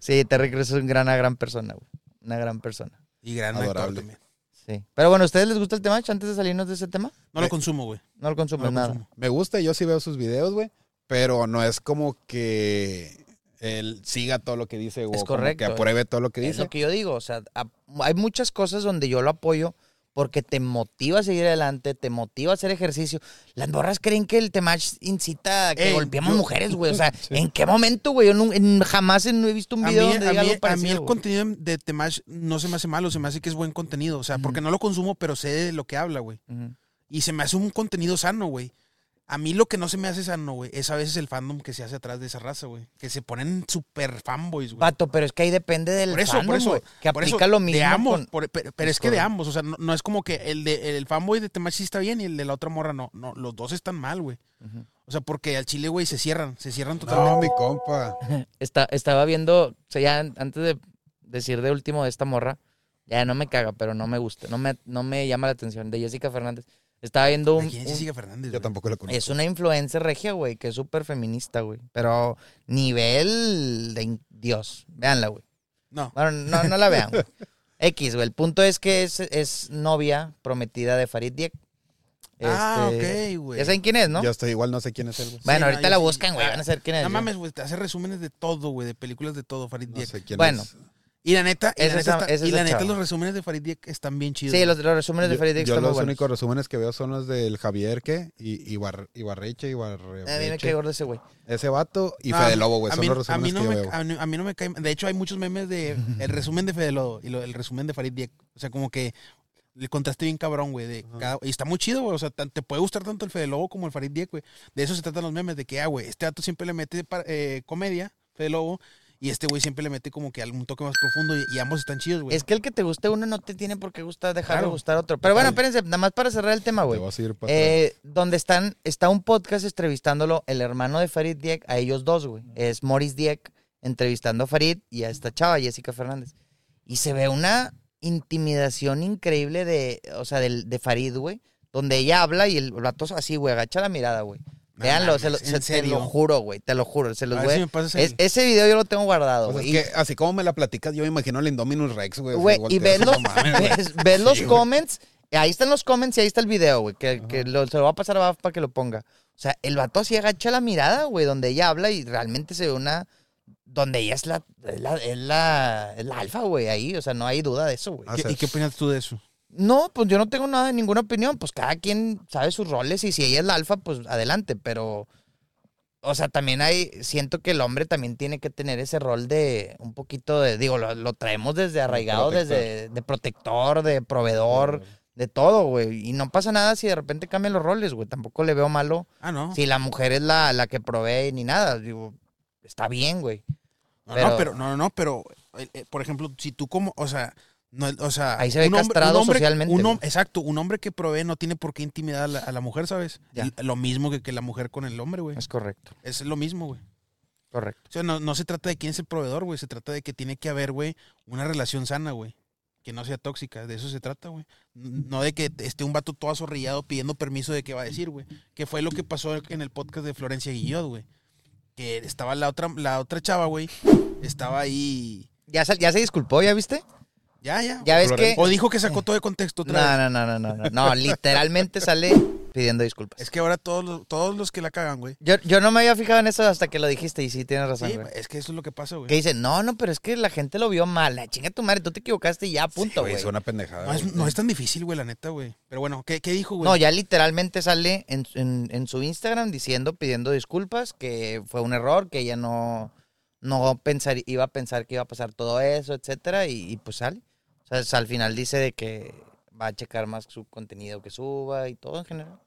Sí, Terry Crews es una gran, una gran persona, güey. Una gran persona.
Y gran actor
Adorable.
también.
Sí. Pero bueno, ¿a ustedes les gusta el tema? Antes de salirnos de ese tema,
No lo consumo, güey.
no lo
No
consumen
lo
nada.
consumo.
Me gusta, yo sí veo sus videos, güey. Pero no es como que él siga todo lo que dice, güey.
Es
o como
correcto,
Que apruebe todo lo que
Es
dice.
lo que yo digo, o sea, a- hay muchas cosas donde yo lo apoyo porque te motiva a seguir adelante, te motiva a hacer ejercicio. Las borras creen que el temach incita a que
Ey,
golpeemos
yo-
mujeres, güey. O sea, ¿en qué momento, güey? Yo nun- en- jamás en- no he visto un
A mí,
video donde
a
diga
mí-
algo
a mí
parecido,
el
güey.
contenido de Temash no se me hace malo, se me hace que es buen contenido. O sea, porque no lo consumo, pero sé de lo que habla, güey.
Ujú.
Y se me hace un contenido sano, güey. A mí lo que no se me hace sano, güey, es a veces el fandom que se hace atrás de esa raza, güey. Que se ponen super fanboys, güey.
Pato, pero es que ahí depende del
Por eso,
fandom,
por eso.
güey, que
Por
aplica
eso,
lo mismo
De ambos,
con-
por- pero, pero
es
es que de
correcto.
ambos. O sea, no, no es como que el, de, el fanboy de Temash sí está bien y el de la otra morra no. No, los dos están mal, güey.
Ujú.
O sea, porque al chile, güey, se cierran. Se cierran totalmente.
No, mi compa.
Está- estaba viendo, o sea, ya an- antes de decir de último de esta morra, ya no me caga, pero no me gusta, no me, no me llama la atención, de Jessica Fernández. Estaba viendo un-
¿A quién
un,
es Jessica Fernández?
Yo
güey?
tampoco lo conozco.
Es una influencer regia, güey, que es súper feminista, güey. Pero nivel de in- Dios. Véanla, güey.
No.
Bueno, no, no la vean, güey. X, güey. El punto es que es, es novia prometida de Farid Diek.
Ah,
Este,
ok, güey.
Ya saben quién es, ¿no?
Yo estoy igual, no sé quién es él, güey.
bueno,
Sí, no,
ahorita
yo
la
sí.
buscan, güey.
Ah,
Van a saber quién es.
No
yo.
mames, güey, te hace resúmenes de todo, güey, de películas de todo, Farid
No
Diek.
sé quién
Bueno,
es.
Y la neta, y
Esa
la neta,
es-
está-
esa es
y la
la
neta,
chava.
los resúmenes de Farid Diek están bien chidos.
Sí,
güey.
los, los resúmenes de
Yo,
Farid Diek
yo
están muy
los
buenos.
únicos resúmenes que veo son los del Javier, ¿qué? Y Ibar, Ibarreche, Ibarreche.
Ah, mira qué gordo ese, güey.
Ese vato y
No,
Fede
a mí-
Lobo, güey.
a
Son
mí-
los
a mí
resúmenes
no
que yo
me-
veo.
Ah,
A mí, a mí no me cae. De hecho, hay muchos memes de el resumen de Fede Lobo y lo- el resumen de Farid Diek. O sea, como que el contraste bien cabrón, güey. de cada- Y está muy chido, güey. O sea, tan- te puede gustar tanto el Fede Lobo como el Farid Diek, güey. De eso se tratan los memes, de que, ah, güey, este dato siempre le mete pa- eh, comedia, Fede Lobo, y este güey siempre le mete como que algún toque más profundo y, y ambos están chidos, güey.
Es que el que te guste uno no te tiene por qué gustar, dejar de
Claro.
gustar otro. Pero bueno, espérense, nada más para cerrar el tema,
Te
güey.
vas a ir para atrás.
Eh, donde están, está un podcast entrevistándolo el hermano de Farid Dieck a ellos dos, güey. Es Morris Dieck entrevistando a Farid y a esta chava, Jessica Fernández. Y se ve una intimidación increíble de, o sea, del, de Farid, güey. Donde ella habla y el vato así, güey, agacha la mirada, güey.
No
Veanlo,
mames,
se lo,
¿en
se- te
serio?
lo juro, güey, te lo juro, se los
A ver
voy
si
a-
me pasas
es-
el-
Ese video yo lo tengo guardado,
O sea,
güey.
es
Y-
que así como me la platicas, yo me imagino el Indominus Rex, güey.
Güey,
así
y ves
volteas,
los,
no mames, güey.
ves- ves los
güey.
comments. Ahí están los comments y ahí está el video, güey. Que, que lo- se lo va a pasar a Baf para que lo ponga. O sea, el vato así agacha la mirada, güey, donde ella habla y realmente se ve una. Donde ella es la. Es la, es la, es la alfa, güey, ahí. O sea, no hay duda de eso, güey.
Ah,
¿Qué- ¿Y qué opinas tú de eso?
No, pues yo no tengo nada, ninguna opinión. Pues cada quien sabe sus roles y si ella es la alfa, pues adelante. Pero, o sea, también hay, siento que el hombre también tiene que tener ese rol de un poquito de, digo, lo, lo traemos desde arraigado,
protector.
desde de protector, de proveedor, de todo, güey. Y no pasa nada si de repente cambian los roles, güey. Tampoco le veo malo
Ah, no.
si la mujer es la, la que provee ni nada. Digo, está bien, güey.
No,
Pero-
no, pero, no, no, no, pero, eh, eh, por ejemplo, si tú como, o sea, no, o sea,
Ahí se ve castrado socialmente,
un
güey.
hom- exacto, un hombre que provee no tiene por qué intimidar a la, a la mujer, ¿sabes?
Ya.
Y Lo mismo que, que la mujer con el hombre, güey.
Es correcto,
Es lo mismo, güey.
correcto.
O sea, no, no se trata de quién es el proveedor, güey. Se trata de que tiene que haber, güey, una relación sana, güey. Que no sea tóxica. De eso se trata, güey. N- No de que esté un vato todo azorrillado pidiendo permiso de qué va a decir, güey. Que fue lo que pasó en el podcast de Florencia Guillot, güey. Que estaba la otra, la otra chava, güey. Estaba ahí.
Ya, se- ya se disculpó, ¿ya viste?
Ya, ya.
Ya ves que...
Florencia.
O dijo que sacó todo de contexto otra vez.
No, no, no, no, no, no, no, literalmente sale pidiendo disculpas.
Es que ahora todos los, todos los que la cagan, güey.
Yo, yo no me había fijado en eso hasta que lo dijiste y sí, tienes razón,
Sí,
güey.
es que eso es lo que pasa,
Que
güey.
dice, no, no, pero es que la gente lo vio mal. La chinga tu madre, tú te equivocaste y ya, punto,
Güey,
güey.
es una pendejada.
No es,
güey.
no es tan difícil, güey, la neta, güey. Pero bueno, ¿qué, qué dijo, güey?
No, ya literalmente sale en, en- en su Instagram diciendo, pidiendo disculpas, que fue un error, que ella no, no pensar, iba a pensar que iba a pasar todo eso, etcétera, y, y pues sale. O sea, es- al final dice de que va a checar más su contenido que suba y todo en general.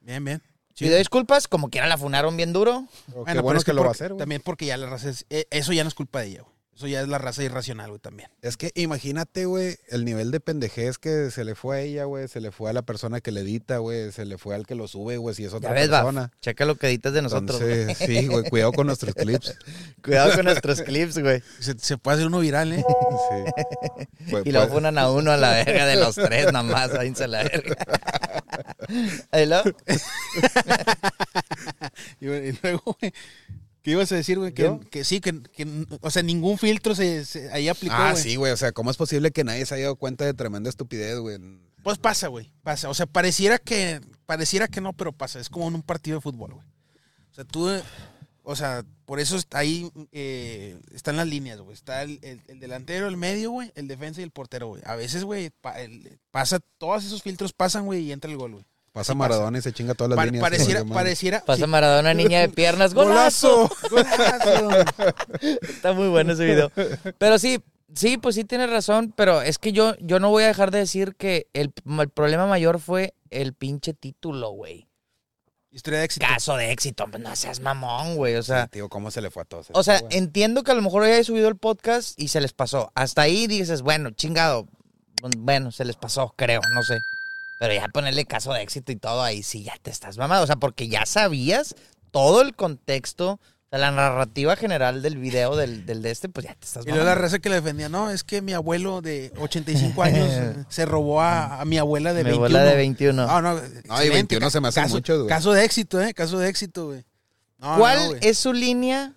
Bien, bien.
Pidió disculpas, como quiera la funaron bien duro.
Pero
Bueno,
Qué
pero
bueno
es
que, lo va a
porque-
hacer, güey.
También porque ya la raza es- eh, eso ya no es culpa de ella, güey. Eso ya es la raza irracional, güey, también.
Es que imagínate, güey, el nivel de pendejez que se le fue a ella, güey, se le fue a la persona que le edita, güey, se le fue al que lo sube, güey, si es otra
Ya ves, va.
persona.
Checa lo que editas de nosotros. güey.
Entonces, sí, güey, cuidado con nuestros clips.
Cuidado con nuestros clips, güey.
Se, se puede hacer uno viral, ¿eh?
Sí. Güey,
Y luego
pues,
funan a uno a la verga de los tres nomás, ahí se la verga. Ahí lo-
Y, bueno, y luego, güey, ¿qué ibas a decir, güey? Que,
¿Yo?
que sí, que, que- o sea, ningún filtro se, se- ahí aplicó,
Ah,
güey.
sí, güey, o sea, ¿cómo es posible que nadie se haya dado cuenta de tremenda estupidez, güey?
Pues pasa, güey, pasa. O sea, pareciera que, pareciera que no, pero pasa. Es como en un partido de fútbol, güey. O sea, tú, eh, o sea, por eso está ahí eh, están las líneas, güey. Está el, el- el delantero, el medio, güey, el defensa y el portero, güey. A veces, güey, pa- el- pasa, todos esos filtros pasan, güey, y entra el gol, güey.
Pasa Maradona y se chinga todas las
Pa-
líneas.
pareciera,
Valió madre.
pareciera...
Pasa
sí.
Maradona, niña de piernas. ¡Golazo!
Golazo.
Está muy bueno ese video. Pero sí, sí, pues sí tienes razón, pero es que yo, yo no voy a dejar de decir que el, el problema mayor fue el pinche título, güey.
Historia de éxito.
Caso de éxito, pues no seas mamón, güey. O sea,
Tío, ¿cómo se le fue a todos?
o sea,
güey?
entiendo que a lo mejor hoy haya subido el podcast y se les pasó. Hasta ahí dices, bueno, chingado. Bueno, se les pasó, creo, no sé. Pero ya ponerle caso de éxito y todo ahí, sí, ya te estás mamado. O sea, porque ya sabías todo el contexto, o sea, la narrativa general del video del, del de este, pues ya te estás
Y luego la
mamando.
raza que le defendía, no, es que mi abuelo de 85 años eh, se robó a, a mi abuela de
Mi
21.
abuela de 21.
No, no,
No, y 21 se me hace
caso,
mucho, güey.
Caso de éxito, ¿eh? Caso de éxito, güey. No, no,
¿Cuál
güey.
es su línea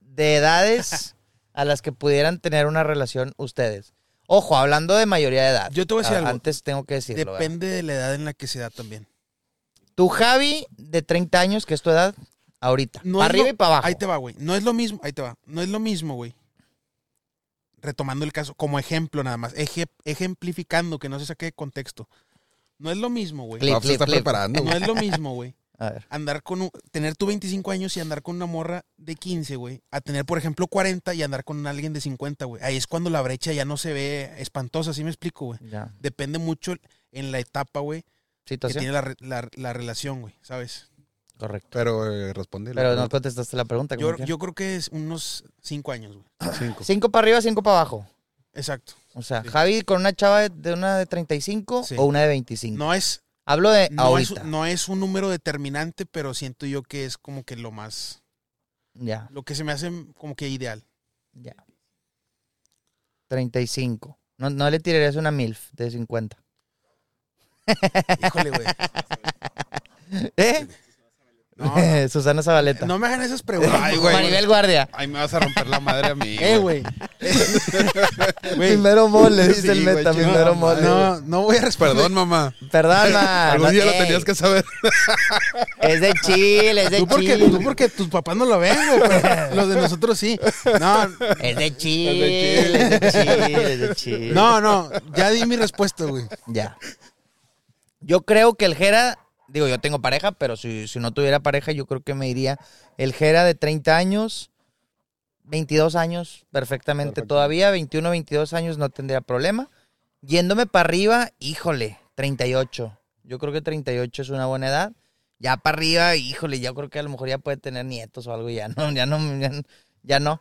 de edades a las que pudieran tener una relación ustedes? Ojo, hablando de mayoría de edad.
Yo te voy a decir
Ah,
algo.
Antes tengo que decirlo. ¿verdad?
Depende de la edad en la que se da también.
Tu Javi de 30 años, que es tu edad ahorita.
No
pa'
es
arriba
lo-
y para abajo.
Ahí te va, güey. No es lo mismo, ahí te va. No es lo mismo, güey. Retomando el caso, como ejemplo nada más. eje- ejemplificando, que no se saque de contexto. No es lo mismo, güey.
Clip,
Pablo se está
clip, clip.
preparando,
No
güey.
es lo mismo, güey.
A ver.
andar con un- tener tu 25 años y andar con una morra de 15, güey, a tener por ejemplo 40 y andar con alguien de 50, güey. Ahí es cuando la brecha ya no se ve espantosa, ¿sí me explico, güey?
Ya.
Depende mucho en la etapa, güey, que
Situación.
tiene la, re- la- la relación, güey, ¿sabes?
Correcto.
Pero eh, responde.
Pero no contestaste la pregunta. como
Yo,
quiera.
yo creo que es unos 5 años, güey.
Cinco.
Cinco para arriba, cinco para abajo.
Exacto.
O sea,
Sí.
Javi con una chava de, de una de 35
Sí.
o una de 25.
No es,
Hablo de
no,
Mm. Eh, ahorita.
es, no es un número determinante, pero siento yo que es como que lo más,
Ya,
lo que se me hace como que ideal.
ya. 35. No, no le tirarías una MILF de 50.
Híjole, güey.
¿Eh?
No,
Susana Zabaleta.
no me hagan esas preguntas.
Ay, güey.
Maribel Guardia.
Ay, me vas a romper la madre a mí.
Eh, güey. Güey,
Primero mol, le dice
Sí,
el
güey,
meta. Ah,
chingada
Primero mol.
madre.
No, no voy a responder.
Perdón, mamá.
Perdón, ma.
Algún
no-
día lo
ey,
tenías que saber.
Es de Chile, es de
Tú porque,
Chile.
tú porque tus papás no lo ven, güey, pero los de nosotros sí. No,
Es de Chile, es de Chile, es de Chile.
no, no, ya di mi respuesta, güey.
Ya. Yo creo que el Jera, digo, yo tengo pareja, pero si, si no tuviera pareja, yo creo que me iría el Jera de 30 años, 22 años, perfectamente
Perfecto.
todavía, 21, 22 años no tendría problema. Yéndome para arriba, híjole, 38. Yo creo que 38 es una buena edad. Ya para arriba, híjole, yo creo que a lo mejor ya puede tener nietos o algo, ya no, ya no, ya no. ya no.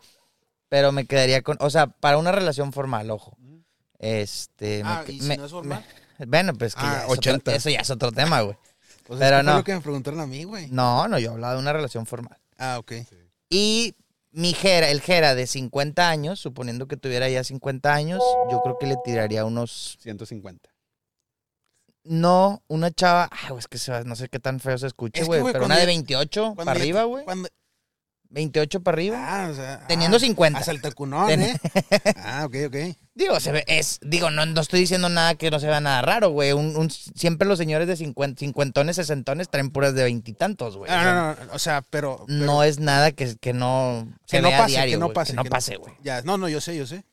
Pero me quedaría con, o sea, para una relación formal, ojo. Este. me
Ah,
que-
¿y si
me-
no es formal?
me- bueno, pues que
Ah,
ya es otro-
80.
eso ya es otro tema, güey.
Pues
Pero
es que fue
no.
lo que me preguntaron a mí, güey.
No, no, yo hablaba de una relación formal.
Ah, ok.
Y mi Jera, el Jera de 50 años, suponiendo que tuviera ya 50 años, yo creo que le tiraría unos.
150.
No, una chava. Ay, güey, es que se va- no sé qué tan feo se escuche,
Es que,
güey.
güey,
pero
cuando
una de
ya-
28 para
ya-
arriba, güey.
cuando-
28 para arriba.
Ah, o sea.
Teniendo 50.
Hasta el tacunón,
Ten-
¿eh? Ah, ok, ok.
Digo, se ve, es, digo, no, no estoy diciendo nada que no se vea nada raro, güey. Un- un- siempre los señores de 50, cincuentones, sesentones traen puras de veintitantos, güey.
Ah,
O sea,
no, no, no, o sea, pero. pero-
no es nada que, que no se
que no
vea a
pase,
diario,
que no
güey,
pase.
que no
que
pase, güey.
Ya, no, no, yo sé, yo sé.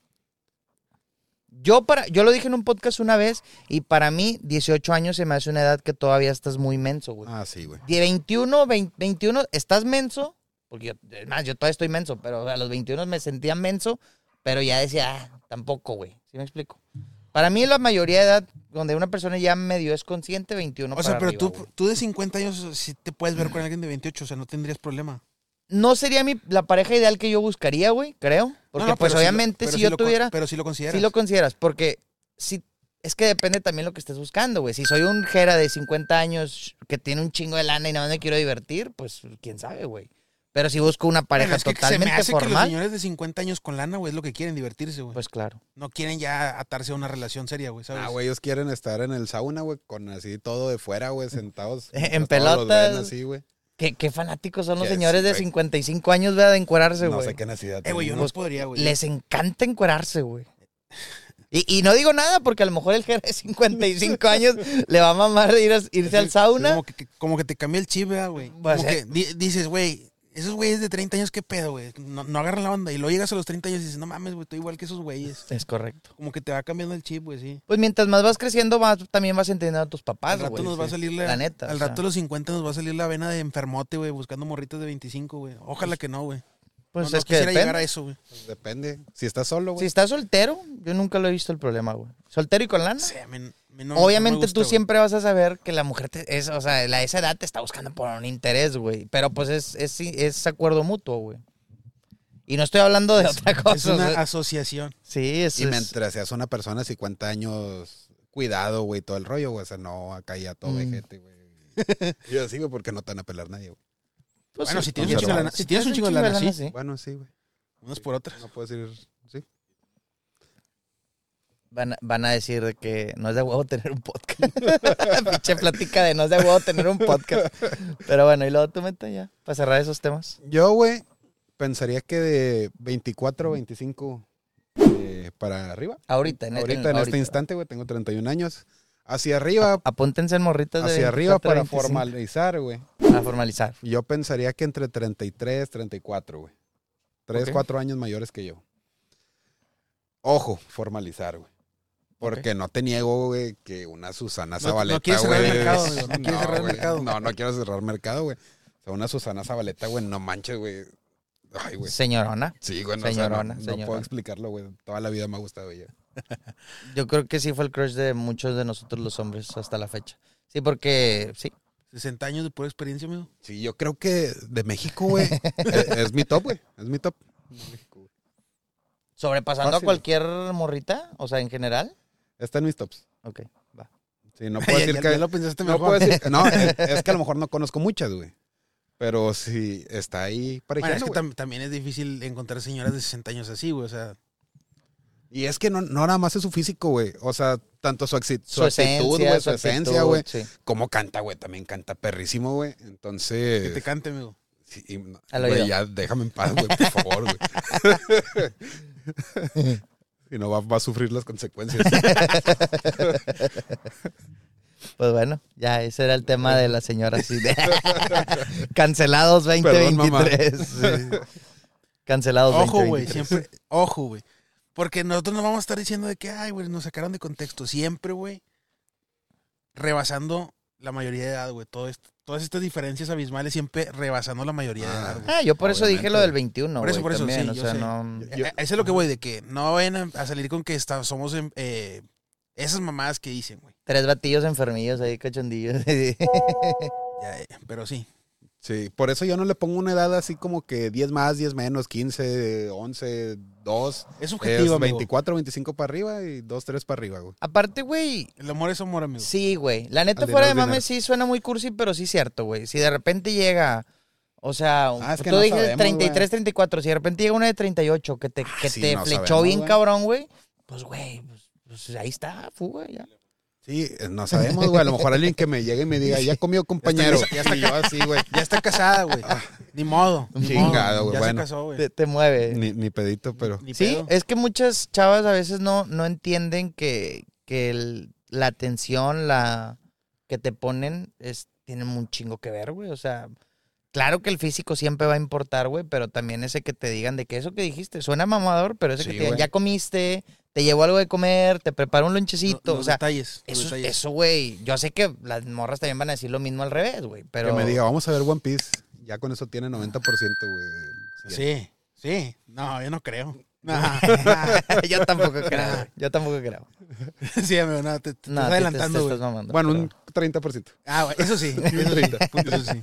Yo para yo lo dije en un podcast una vez y para mí 18 años se me hace una edad que todavía estás muy menso, güey.
Ah, sí, güey.
De 21, 20 21 estás menso, porque yo es más, yo todavía estoy menso, pero a los 21 me sentía menso, pero ya decía, ah, tampoco, güey. ¿Sí me explico? Para mí la mayoría de edad donde una persona ya medio es consciente 21
O sea,
para
pero
arriba,
tú,
güey. Mm.
tú de 50 años sí te puedes ver con alguien de 28, o sea, no tendrías problema.
no sería mi, la pareja ideal que yo buscaría, güey, creo. Porque,
No, no, pero
pues,
sí lo-
obviamente,
pero
si
sí
yo
lo con-
tuviera...
Pero si lo consideras.
Si lo consideras, porque si, es que depende también lo que estés buscando, güey. Si soy un jera de 50 años que tiene un chingo de lana y nada más me quiero divertir, pues quién sabe, güey. Pero si busco una
Bueno,
pareja
es que se me
totalmente
hace que los
formal,
señores de 50 años con lana, güey, es lo que quieren, divertirse, güey.
pues claro.
no quieren ya atarse a una relación seria, güey, ¿sabes?
Ah, güey, ellos quieren estar en el sauna, güey, con así todo de fuera, güey, sentados.
En
mientras
pelotas.
todos los ven así, güey.
Qué, qué fanáticos son los
Ya sé,
señores de
güey.
55 años, ¿verdad? De encuerarse,
No
güey.
sé qué necesidad.
Eh, güey, yo
tienen,
no
güey.
podría, güey.
Pues, Les encanta encuerarse, güey. Y, y no digo nada porque a lo mejor el jera de 55 años le va a mamar de ir a- irse al sauna.
Como que, que- como que te cambia el chip, ¿verdad, güey.
Pues,
como
eh.
que di- dices, güey, esos güeyes de 30 años, ¿qué pedo, güey? No, no agarran la onda. Y luego llegas a los 30 años y dices, no mames, güey, estoy igual que esos güeyes.
Es correcto.
Como que te va cambiando el chip, güey, sí.
Pues mientras más vas creciendo, vas, también vas entendiendo a tus papás,
Al rato
güey,
nos va a
sí.
salir la,
La neta,
Al
o sea.
rato a los 50 nos va a salir la vena de enfermote, güey, buscando morritas de 25, güey. Ojalá que no, güey.
Pues
no, no
es que
quisiera
depende.
llegar a eso, güey.
Pues Depende. Si estás solo,
Si
güey.
estás soltero, yo nunca lo he visto el problema, güey. Soltero y con lana.
O sea, me- me- no- no me
Obviamente
gusta,
tú
güey.
siempre vas a saber que la mujer te- es, o sea, la de esa edad te está buscando por un interés, güey. Pero pues es, es, es acuerdo mutuo, güey. Y no estoy hablando de otra cosa.
Es una
o sea,
asociación.
sí, es,
Y
es-
mientras seas una persona de 50 años, cuidado, güey, todo el rollo, güey. O sea, no, acá ya todo
Mm.
vejete, güey. Y así, güey, porque no te van a pelar nadie, güey.
pues
bueno,
sí,
si tienes un
conservado.
chingo de lana, si tienes un chingo de lana, sí.
Bueno, sí, güey.
Unas por otras.
No puedes ir, sí.
Van, a- van a decir de que no es de huevo tener un podcast. Pinche plática de no es de huevo tener un podcast. Pero bueno, y luego tú meta ya, para cerrar esos temas.
Yo, güey, pensaría que de 24, 25 eh, para arriba.
Ahorita, en,
ahorita, en este instante, güey, tengo 31 años. Hacia arriba,
Apúntense en morritas de
hacia arriba
24,
para
25.
formalizar, güey.
A formalizar.
Yo pensaría que entre 33, 34, güey. 3,
Ok.
4 años mayores que yo. Ojo, formalizar, güey. Porque no te niego, güey, que una Susana
No- no
Zabaleta,
quieres cerrar el
güey,
mercado, digo, no quieres cerrar el
güey,
mercado.
No, no quiero cerrar mercado, güey. O sea, una Susana Zabaleta, güey, no manches, güey. Ay, güey.
Señorona,
Sí, güey, no, o sea, no-
Señorona,
no, puedo
señorona.
explicarlo, güey. Toda la vida me ha gustado ella.
yo creo que sí fue el crush de muchos de nosotros los hombres hasta la fecha. Sí, porque sí.
60 años de pura experiencia, amigo.
Sí, yo creo que de México, güey. es, es mi top, güey. Es mi top.
Sobrepasando
Fácil.
a cualquier morrita, o sea, en general.
Está en mis tops.
Ok, va.
Sí, no puedo
Ya-
decir
ya-
que...
ya lo pensaste
No
mejor.
puedo decir- no, es, es que a lo mejor no conozco muchas, güey. Pero si está ahí
Bueno, es
parejando,
que
güey.
tam- también es difícil encontrar señoras de 60 años así, güey. O sea,
Y es que no, no nada más es su físico, güey. O sea, tanto su, acti- su
Su
actitud,
esencia,
güey,
su
su
actitud,
esencia, güey.
sí.
Cómo canta, güey. También canta perrísimo, güey.
que te
Entonces,
cante, amigo.
sí, y-
Al
güey,
oído.
ya déjame en paz, güey, por favor, güey. Y no va, va a sufrir las consecuencias.
Pues bueno, ya ese era el tema de la señora. sí. Cancelados
Perdón, mamá.
2023. sí. Cancelados
Ojo,
2023.
güey, siempre. Ojo, güey. Porque nosotros no vamos a estar diciendo de que, ay, güey, nos sacaron de contexto. Siempre, güey, rebasando la mayoría de edad, güey. Todo esto- todas estas diferencias abismales siempre rebasando la mayoría de
Ah.
edad, güey.
Ah, yo por eso
Obviamente.
dije lo del 21,
Por eso,
güey,
por eso,
también,
sí,
o
yo
sea,
sé.
no...
Yo-
Eh, Eso es lo que voy, de que no vayan a- a salir con que está- somos em- eh, esas mamadas que dicen, güey.
Tres batillos enfermillos ahí, cachondillos.
Ya, eh, pero sí.
Sí, por eso yo no le pongo una edad así como que 10 más, 10 menos, 15, 11, 2.
Es
Es
subjetivo, amigo.
24, 25 para arriba y 2, 3 para arriba, güey.
Aparte, güey,
El amor es amor, amigo.
Sí, güey. La neta,
Al
fuera de
dinero, al
mames, sí suena muy cursi, pero sí es cierto, güey. Si de repente llega, o sea,
Ah, es que
tú
no
dices
sabemos, güey.
33,
Ah,
34, si de repente llega una de 38 que te, que
sí,
te
no
flechó
sabemos,
bien
güey.
cabrón, güey, pues, güey, pues, pues, ahí está, fuga ya.
Sí, eh, no sabemos, güey. A lo mejor alguien que me llegue y me diga, ya comió compañero.
Ya está-
Y yo así, güey.
Ya está casada, güey.
Ah.
Ni modo. ni
Chingado,
modo.
güey,
Ya
bueno.
se casó, güey.
Te, te mueve.
Ni, ni pedito, pero.
Ni
sí,
pedo.
es que muchas chavas a veces no, no entienden que, que el- la atención la que te ponen es, tiene un chingo que ver, güey. O sea, claro que el físico siempre va a importar, güey, pero también ese que te digan de que eso que dijiste suena mamador, pero ese
Sí,
que te digan,
güey.
ya comiste, te llevo algo de comer, te preparo un
Lo-
lonchecito.
los
o sea,
detalles. los
eso,
detalles.
eso, güey. Yo sé que las morras también van a decir lo mismo al revés, güey, pero.
Que me diga, vamos a ver One Piece. Ya con eso tiene 90%, güey.
Sí, sí. No, yo no creo.
"Ah".
Nah.
yo tampoco creo. Yo tampoco creo.
sí, amigo, no, te, te
No,
estás
a ti te- te
adelantando, güey.
estás mamando,
Bueno,
pero-
un 30%.
Ah, güey, eso sí. Eso sí. Eso sí.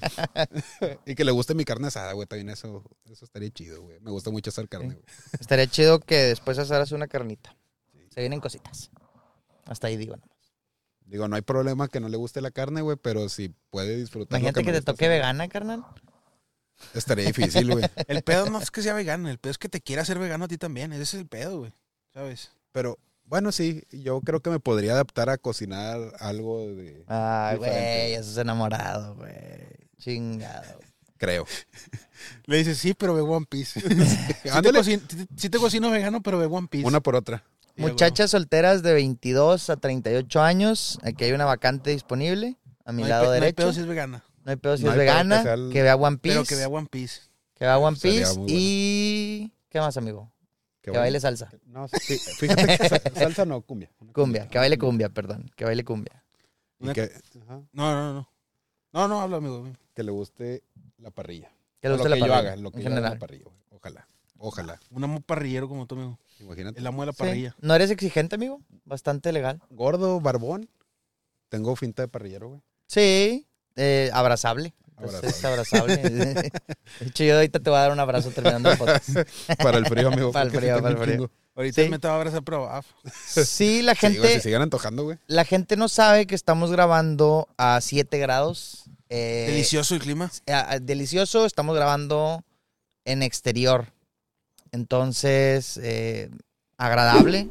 Y que le guste mi carne asada, güey. También eso, eso estaría chido, güey. Me gusta mucho hacer carne, güey.
Estaría chido que después asaras una carnita. Se vienen cositas. Hasta ahí digo. nomás.
Digo, no hay problema que no le guste la carne, güey, pero si puede disfrutar. lo
Imagínate que,
me
te
gusta
toque
hacer,
vegana, carnal.
Estaría difícil, güey.
El pedo no es que sea vegano, el pedo es que te quiera ser vegano a ti también. Ese es el pedo, güey. ¿Sabes?
Pero bueno, sí, yo creo que me podría adaptar a cocinar algo de.
Ay, güey,
Diferente.
eso es enamorado, güey. Chingado.
Creo.
Le dices, sí, pero ve One Piece. sí, te
Ándale.
cocino, sí te- sí te cocino vegano, pero ve One Piece.
Una por otra.
Y luego,
Muchachas solteras de 22 a 38 años. Aquí hay una vacante disponible. A mi
no hay
lado
pe- No hay
derecho.
pedo si es vegana,
No hay pedo si
No
es
hay pedo que
vegana.
sea el-
Que vea One Piece.
pero que vea One Piece.
que vea One
Sería
Piece.
muy bueno.
Y. ¿Qué más, amigo?
Qué
que
bueno.
baile salsa.
No, sí, fíjate que sa- salsa no, cumbia. Una
Cumbia. Que baile cumbia, perdón. Que baile cumbia.
Y que, ajá,
No, no, no. No, no, habla, amigo. güey.
que le guste la parrilla.
Que
O
le guste
lo
la
que yo
parrilla,
haga, lo que
en
yo haga en
general.
la parrilla, güey. Ojalá. Ojalá.
Un amo parrillero como tú, amigo.
Imagínate.
El amo de la
Sí.
parrilla.
¿No eres exigente, amigo? Bastante legal.
Gordo, barbón. Tengo finta de parrillero, güey.
Sí. eh, abrazable. Entonces, Es abrazable. de hecho, yo ahorita te voy a dar un abrazo terminando el podcast.
Para el frío, amigo.
Para el
porque sí
frío,
tengo
para el
un
frío.
chingo.
Ahorita
Sí.
me te va a abrazar, pero ah,
Sí, la
Sí, güey,
gente,
se siguen antojando, güey.
la gente no sabe que estamos grabando a 7 grados. eh,
delicioso el clima.
eh, ah, delicioso, estamos grabando en exterior. Entonces, eh, agradable,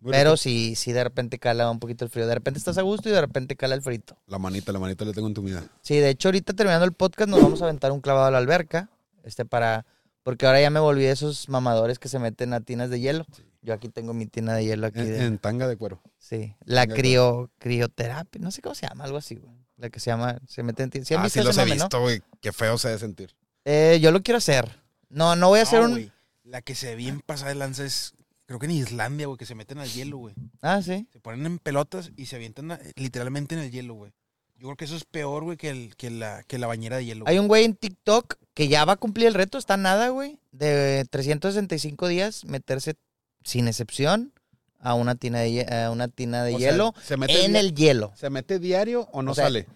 Muy
pero
rico.
sí, sí de repente cala un poquito el frío. De repente estás a gusto y de repente cala el frito.
La manita, la manita le tengo entumida.
Sí, de hecho, ahorita terminando el podcast nos vamos a aventar un clavado a la alberca. Este para. Porque ahora ya me volví de esos mamadores que se meten a tinas de hielo. Yo aquí tengo mi tina de hielo aquí.
En,
de-
en tanga de cuero.
sí. La
tengo-
crio, crioterapia. No sé cómo se llama, algo así, güey. La que se llama. Se meten. ¿sí han
ah,
visto
sí
ese
los he
mame, no?
visto, güey. Qué feo se ha de sentir.
Eh, yo lo quiero hacer. No, no voy a hacer
No,
un.
güey, La que se ve bien pasada de lanza es, creo que en Islandia, güey, que se meten al hielo, güey.
Ah, sí.
Se ponen en pelotas y se avientan a- literalmente en el hielo, güey. Yo creo que eso es peor, güey, que, el- que, la, que la bañera de hielo.
Hay
güey.
un güey en TikTok que ya va a cumplir el reto, está nada, güey, de 365 días meterse sin excepción a una tina de, hie- a una tina de
O sea,
hielo
se mete
en
di-
el hielo.
¿Se mete diario o no
O sea,
sale?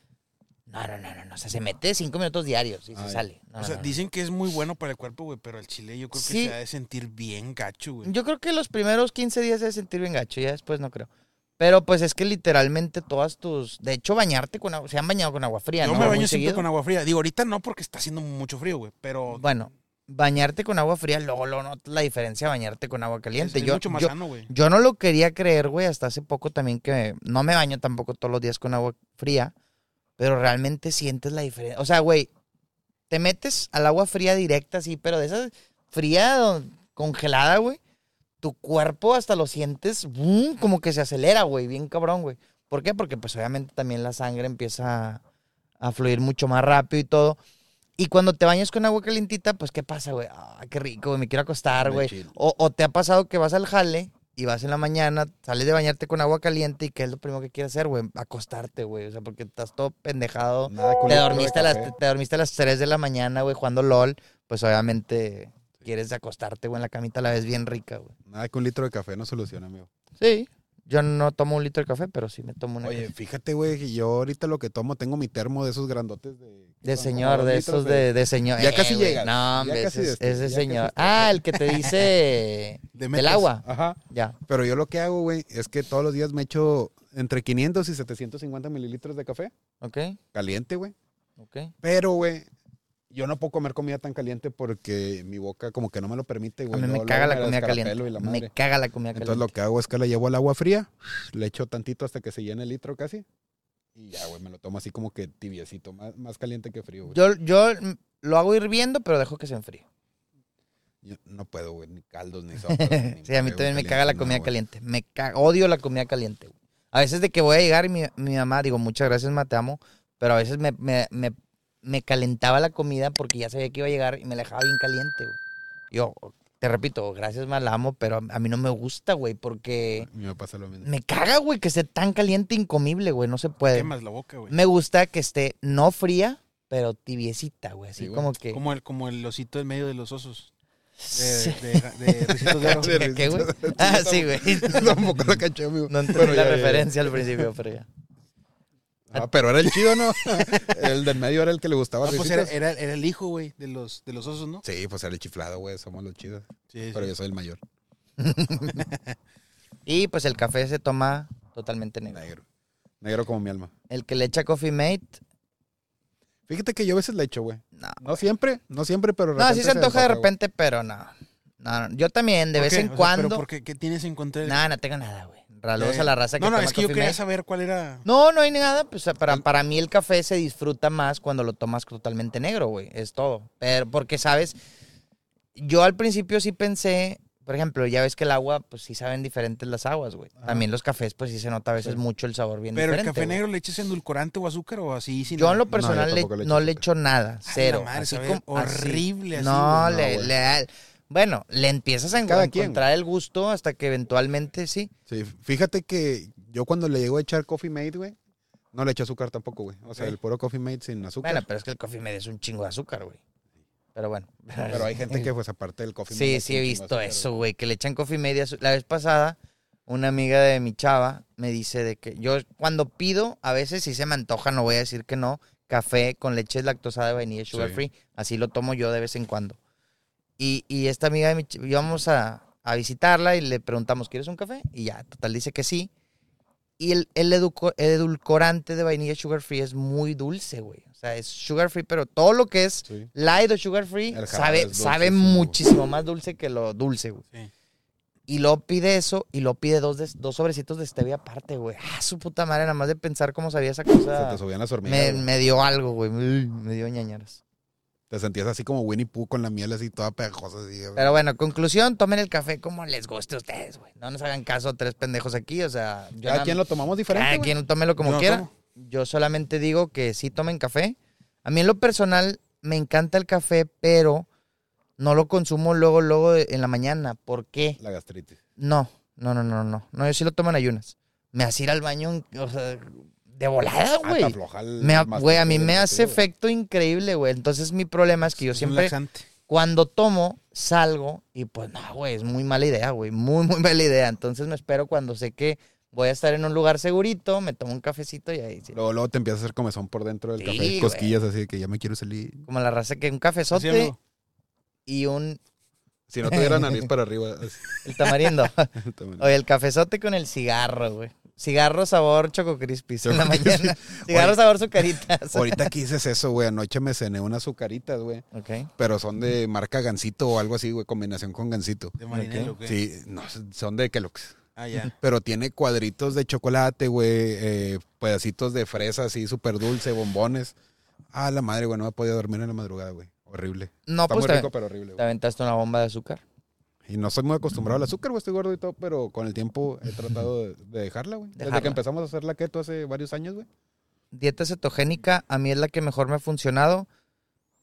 No, no, no, no, no, O sea, se mete cinco minutos diarios y se
Ay.
sale. No,
O sea,
no, no.
dicen que es muy bueno para el cuerpo, güey, pero al chile yo creo que
Ah. Sí.
se ha de sentir bien gacho, güey.
Yo creo que los primeros 15 días se debe sentir bien gacho, ya después no creo. Pero pues es que literalmente todas tus... De hecho, bañarte con agua... Se han bañado con agua fría,
Yo
¿no?
me
Muy
baño siempre
seguido.
con agua fría. Digo, ahorita no porque está haciendo mucho frío, güey, pero
Bueno, bañarte con agua fría, luego, luego notas la diferencia de bañarte con agua
es,
caliente.
es
yo,
mucho más
yo-
sano, güey.
Yo no lo quería creer, güey, hasta hace poco también que no me baño tampoco todos los días con agua fría, pero realmente sientes la diferencia. O sea, güey, te metes al agua fría directa, sí, pero de esa fría don- congelada, güey, tu cuerpo hasta lo sientes ¡bum! como que se acelera, güey, bien cabrón, güey. ¿Por qué? Porque pues obviamente también la sangre empieza a, a fluir mucho más rápido y todo. Y cuando te bañas con agua calientita, pues ¿qué pasa, güey? Ah, qué rico, güey, me quiero acostar,
Me
güey.
chill.
O, o te ha pasado que vas al jale y vas en la mañana, sales de bañarte con agua caliente y ¿qué es lo primero que quieres hacer, güey? Acostarte, güey. O sea, porque estás todo pendejado.
Nada con
Te
un litro Mm, de
dormiste, a las,
café.
te, dormiste a las 3 de la mañana, güey, jugando LOL. Pues obviamente quieres acostarte, güey, en la camita a la vez bien rica, güey.
Nada que un litro de café no soluciona, amigo.
Sí. Yo no tomo un litro de café, pero sí me tomo una.
Oye,
café.
fíjate, güey, que yo ahorita lo que tomo, tengo mi termo de esos grandotes de...
de
son como
señor,
dos
de
litros
esos de, de señor. Eh,
Ya casi
güey,
llegas,
No,
ya
hombre,
casi
ese, es-
después,
ese
ya casi después.
señor. Ah, el que te dice del
metas.
agua.
Ajá.
Ya.
Pero yo lo que hago, güey, es que todos los días me echo entre 500 y 750 mililitros de café.
Ok,
Caliente, güey.
ok.
Pero, güey, yo no puedo comer comida tan caliente porque mi boca como que no me lo permite,
A
güey.
mí me
Luego,
caga
luego
la
me
comida
descarapelo
caliente.
y la
me
madre.
caga la comida
Entonces
caliente.
lo que hago es que la llevo al agua fría, le echo tantito hasta que se llene el litro casi. Y ya, güey, me lo tomo así como que tibiecito, más, más caliente que frío, güey. Yo,
Yo, yo mm, lo hago hirviendo, pero dejo que se enfríe.
no puedo, güey, ni caldos, ni sopas.
Sí, a mí también me caga la comida caliente. Me ca- odio la comida caliente. güey. A veces de que voy a llegar y mi, mi mamá, digo, muchas gracias, ma, te amo, pero a veces me, me- me- me calentaba la comida porque ya sabía que iba a llegar y me la dejaba bien caliente, güey. Yo, te repito, gracias, ma, la amo, pero a mí no me gusta, güey, porque
A mí me pasa lo mismo.
me caga, güey, que esté tan caliente, incomible, güey, no se puede.
Quemas la boca, güey.
Me gusta que esté no fría, pero tibiecita, güey, así
Sí, güey.
como que...
Como el, como el osito en medio de los osos. de, de, de Ricitos de Oro.
Sí.
¿Qué, qué, güey? Ah, sí, güey.
Tampoco lo caché, amigo.
No entendí
Pero
la
ya, ya.
referencia al principio, pero ya.
Ah, pero era el chido, ¿no? el del medio era el que le gustaba.
Ah, pues
Ricitos.
era, era, era el hijo, güey, de los, de los osos, ¿no?
Sí, pues era el chiflado, güey. Somos los chidos.
Sí,
Pero yo soy el mayor.
Y pues el café se toma totalmente negro.
Negro. Negro como mi alma.
El que le echa Coffee Mate,
Fíjate que yo a veces le echo, güey.
no.
No siempre, no siempre, pero. de
No, sí
repente
se antoja de
antoja, güey.
repente, pero no. No, no. Yo también, de
¿Por
vez
qué?
en
O sea,
cuando.
¿Pero por qué? ¿Qué tienes en contra? de-
Nada, no tengo nada, güey. Ralos
Ya, ya.
a la raza que
No, no,
toma
es que yo
Coffee
quería
Mate.
saber cuál era...
No, no hay nada. Pues para, para mí el café se disfruta más cuando lo tomas totalmente negro, güey. Es todo. Pero porque, ¿sabes? Yo al principio sí pensé, por ejemplo, ya ves que el agua, pues sí saben diferentes las aguas, güey.
Ajá.
También los cafés, pues sí se nota a veces
Sí.
mucho el sabor bien
Pero el
diferente.
café
güey.
negro le echas endulcorante o azúcar o así sin
Yo en
nada?
lo personal le-
tampoco le echo
no le
azúcar.
echo nada,
la
cero.
madre,
así
sabe
como, así.
horrible así,
No,
güey.
le,
No, güey.
le- bueno, le empiezas a en-
Cada quien,
encontrar el gusto hasta que eventualmente sí.
Sí, fíjate que yo cuando le llego a echar Coffee Mate, güey, no le echo azúcar tampoco, güey. O sea,
Ok.
el puro Coffee Mate sin azúcar.
Bueno, pero es que el coffee me es un chingo de azúcar, güey. Pero bueno.
Pero hay gente que, pues, aparte del coffee.
Sí,
Mate,
sí he
chingo
visto
azúcar,
eso,
güey.
güey, que le echan coffee media. La vez pasada, una amiga de mi chava me dice de que yo cuando pido, a veces sí se me antoja, no voy a decir que no, café con leche lactosada de vainilla sugar
Sí.
free, así lo tomo yo de vez en cuando. Y, y esta amiga de mi ch- íbamos a, a visitarla y le preguntamos, ¿quieres un café? Y ya, total, dice que sí. Y el, el educo- el edulcorante de vainilla sugar free es muy dulce, güey. O sea, es sugar free, pero todo lo que es
Sí.
Light o Sugar Free
El jarabe es
sabe,
dulce,
sabe
sí, güey.
muchísimo más dulce que lo dulce, güey.
Sí.
Y luego pide eso y luego pide dos, de- dos sobrecitos de stevia aparte, güey. Ah, su puta madre, nada más de pensar cómo sabía esa
Se
cosa.
te subían las hormigas.
Ah. Me,
güey.
me dio algo, güey. Uy, Me dio ñañaras.
Te sentías así como Winnie Pooh con la miel así toda pegajosa. Así, güey.
Pero bueno, conclusión, tomen el café como les guste a ustedes, güey. No nos hagan caso a tres pendejos aquí, o sea... yo Ah,
Cada
nada-
quien lo tomamos diferente.
Cada
güey.
quien tómelo como
Yo no
quiera.
tomo.
Yo solamente digo que sí tomen café. A mí en lo personal me encanta el café, pero no lo consumo luego, luego de- en la mañana. ¿Por qué?
La gastritis.
No, no, no, no, no. No, yo sí lo tomo en ayunas. Me hace ir al baño, o sea, de volada,
Ah, te
güey.
afloja el
Me ha-
más
Güey, a
tiempo
mí
del
me
gastritis,
hace
güey.
efecto increíble, güey. Entonces mi problema es que yo
Es un
siempre
laxante.
cuando tomo, salgo y pues no, güey, es muy mala idea, güey, muy, muy mala idea. Entonces me espero cuando sé que voy a estar en un lugar segurito, me tomo un cafecito y ahí, sí.
Luego, luego te empiezas a hacer comezón por dentro del
Sí,
café.
güey.
Cosquillas así de que ya me quiero salir.
como la raza que un
Así
cafezote
hablo.
y un,
Si no tuviera nariz para arriba. así,
el tamarindo.
te manejas.
Oye, el cafezote con el cigarro, güey. Cigarro sabor choco crispis en la
Choco
mañana. Cigarro sabor sucaritas.
Ahorita que dices eso, güey, anoche me cené unas azucaritas, güey.
Ok.
Pero son de marca Gansito o algo así, güey, combinación con Gansito.
¿De marinero o qué?
Sí, no, son de Kellogg's.
Ah, ya.
Pero tiene cuadritos de chocolate, güey, eh, pedacitos de fresa así, súper dulce, bombones. Ah, la madre, güey, no me podía dormir en la madrugada, güey. Horrible.
No,
Está
pues
muy
te,
rico, pero horrible,
te
güey.
aventaste una bomba de azúcar.
Y no soy muy acostumbrado al azúcar, güey, estoy gordo y todo, pero con el tiempo he tratado de, de dejarla, güey. Desde que
Dejarla.
empezamos a hacer la keto hace varios años, güey.
Dieta cetogénica a mí es la que mejor me ha funcionado.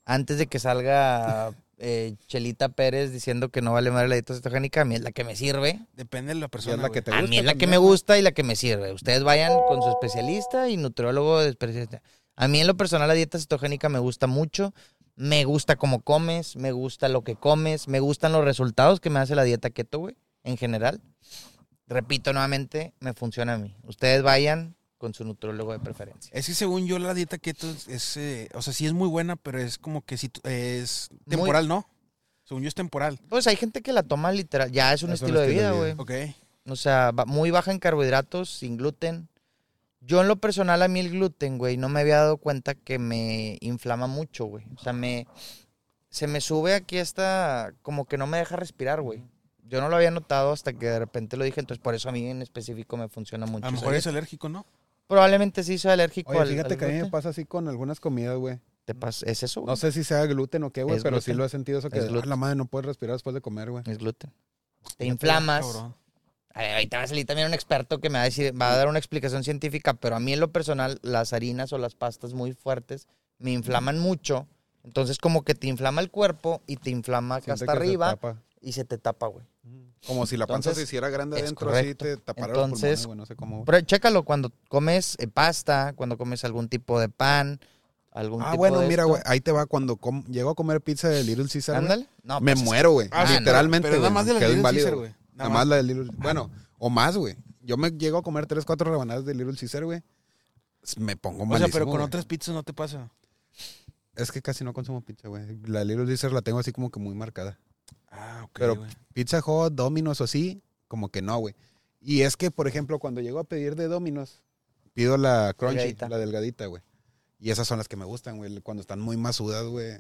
Antes de que salga eh, Chelita Pérez diciendo que no vale madre la dieta cetogénica, a mí es la que me sirve.
Depende de
Y
la
es
persona.
la que
güey.
te
A
gusta
mí es la que
también,
me
güey.
gusta y la que me sirve. Ustedes vayan con su especialista y nutriólogo de especialista. A mí en lo personal la dieta cetogénica me gusta mucho. Me gusta cómo comes, me gusta lo que comes, me gustan los resultados que me hace la dieta keto, güey, en general. Repito nuevamente, me funciona a mí. Ustedes vayan con su nutriólogo de preferencia.
Es que según yo la dieta keto es, es, eh, o sea, sí es muy buena, pero es como que si tu- es temporal, ¿no? Según yo es temporal.
Pues hay gente que la toma literal, ya es un, estilo, de vida, güey.
Ok.
O sea, ba- muy baja en carbohidratos, sin gluten. Yo en lo personal a mí el gluten, güey, no me había dado cuenta que me inflama mucho, güey. O sea, me se me sube aquí esta como que no me deja respirar, güey. Yo no lo había notado hasta que de repente lo dije, entonces por eso a mí en específico me funciona mucho.
A lo
esa
mejor es
dieta.
alérgico, ¿no?
Probablemente sí soy alérgico
Oye,
al,
fíjate
al
que a mí me
gluten.
pasa así con algunas comidas, güey.
¿Te pasa? ¿Es eso?
No
güey?
sé si sea gluten o qué, güey,
Es
pero sí
gluten.
lo he sentido eso que
Es
"Ah,
gluten.
la madre no puedes respirar después de comer, güey.
Es gluten. Te inflamas.
Cabrón.
A ver, ahorita va a salir también un experto que me va a decir, va a dar una explicación científica, pero a mí en lo personal, las harinas o las pastas muy fuertes me inflaman mucho. Entonces, como que te inflama el cuerpo y te inflama acá
Siente
hasta
que se
arriba
tapa.
y se te tapa, güey.
Como si la panza
Entonces,
se hiciera grande
es
adentro, así
correcto.
te tapara los pulmones,
Entonces,
güey, no sé cómo. güey.
Pero chécalo cuando comes eh, pasta, cuando comes algún tipo de pan, algún
Ah,
tipo
bueno,
de
mira,
esto.
güey. Ahí te va. Cuando com- llego a comer pizza de Little Caesar, güey,
Ándale. No,
me
pues, es-
muero, güey.
Ah,
sí,
Literalmente,
pero- pero nada
güey,
más de la
quedo
Little
inválido,
Caesar, güey.
Nada más la de Little Bueno, o más, güey. Yo me llego a comer tres, cuatro rebanadas de Little Caesar, güey. S- Me pongo
O
malísimo,
sea, pero con
güey.
otras pizzas no te pasa.
Es que casi no consumo pizza, güey. La Little Caesar la tengo así como que muy marcada.
Ah, ok,
Pero-
güey.
Pizza Hut, Domino's o así, como que no, güey. Y es que, por ejemplo, cuando llego a pedir de Domino's, pido la crunchy,
Delgadita.
la delgadita, güey. Y esas son las que me gustan, güey. Cuando están muy masudas, güey.